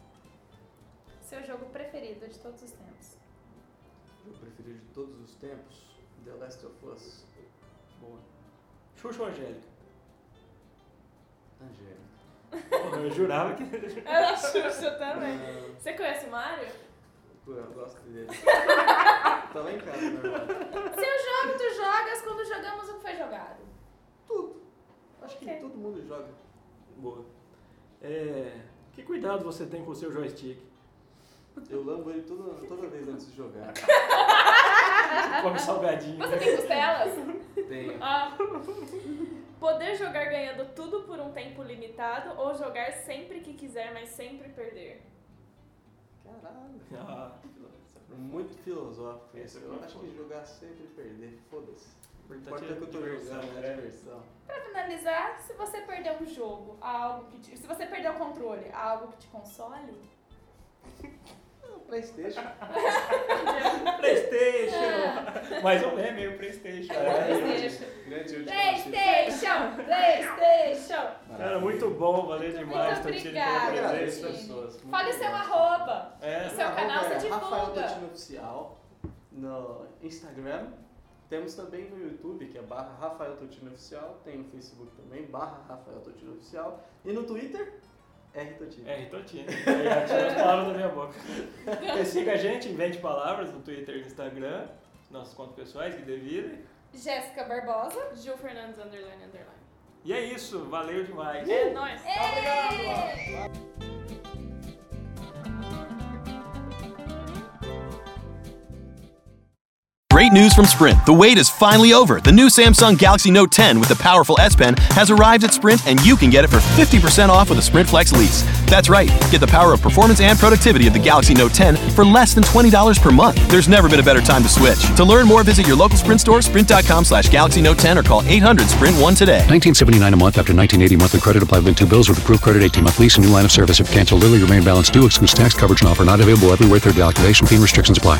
S3: Seu jogo preferido de todos os tempos?
S4: Meu preferido de todos os tempos, The Last of Us,
S1: Boa. Xuxa ou Angélica?
S4: Angélica.
S1: Porra, eu jurava que.
S5: Era É Xuxa também.
S4: Ah,
S5: Você conhece o Mário?
S4: pô, eu gosto dele. tá lá em casa, normal.
S3: Seu jogo tu jogas quando jogamos o que foi jogado.
S4: Tudo. Acho que
S3: Ok.
S4: todo mundo joga.
S1: Boa. É. Que cuidado você tem com o seu joystick?
S4: Eu lambo ele toda, toda vez antes de jogar.
S1: Come salgadinho. né?
S5: Você tem costelas?
S4: Tenho.
S5: Ah. Poder jogar ganhando tudo por um tempo limitado ou jogar sempre que quiser, mas sempre perder?
S4: Caralho.
S1: Ah,
S4: Muito filosófico isso.
S1: Esse
S4: Eu
S1: foi
S4: acho
S1: foda.
S4: que jogar sempre perder. Foda-se. O
S1: importante
S4: importante é que eu tô
S1: Tá diversão,
S4: jogando,
S1: né?
S4: é diversão.
S3: Pra finalizar, se você perder um jogo, há algo que te, se você perder o controle, há algo que te console?
S4: Ah, Playstation.
S1: né?
S3: Ah.
S1: Playstation! Mas eu é meio Playstation.
S4: Grande último.
S3: PlayStation! PlayStation!
S1: Cara, muito bom, valeu demais,
S3: Muito
S1: Totino, pela
S3: obrigada,
S1: presença.
S4: Agradeço
S3: Totino.
S4: as pessoas. muito
S3: Fale seu
S4: obrigado.
S3: arroba!
S1: É,
S3: Seu canal tá
S4: Arroba é
S3: você
S4: Rafael
S3: divulga.
S4: Totino Oficial no Instagram. Temos também no YouTube, que é barra Rafael Totino Oficial. Tem no Facebook também, barra Rafael Totino Oficial. E no Twitter, R Totino.
S1: É, Totino. É, Tira as palavras da minha boca. E siga a gente, invente palavras no Twitter e no Instagram. Nossos contos pessoais, que devidem.
S3: Jéssica Barbosa.
S5: Gil Fernandes underline underline.
S1: E é isso, valeu demais.
S5: É nóis!
S7: Great news from Sprint. The wait is finally over. The new Samsung Galaxy Note 10 with the powerful S Pen has arrived at Sprint, and you can get it for 50% off with a Sprint Flex lease. That's right. Get the power of performance and productivity of the Galaxy Note 10 for less than $20 per month. There's never been a better time to switch. To learn more, visit your local Sprint store, sprint.com slash Galaxy Note 10, or call 800-SPRINT-1 today.
S8: 1979 a month after 1980 monthly credit applied with two bills with approved credit 18 month lease and new line of service if canceled early remain balance due excludes tax coverage and offer not available everywhere third day activation fee and restrictions apply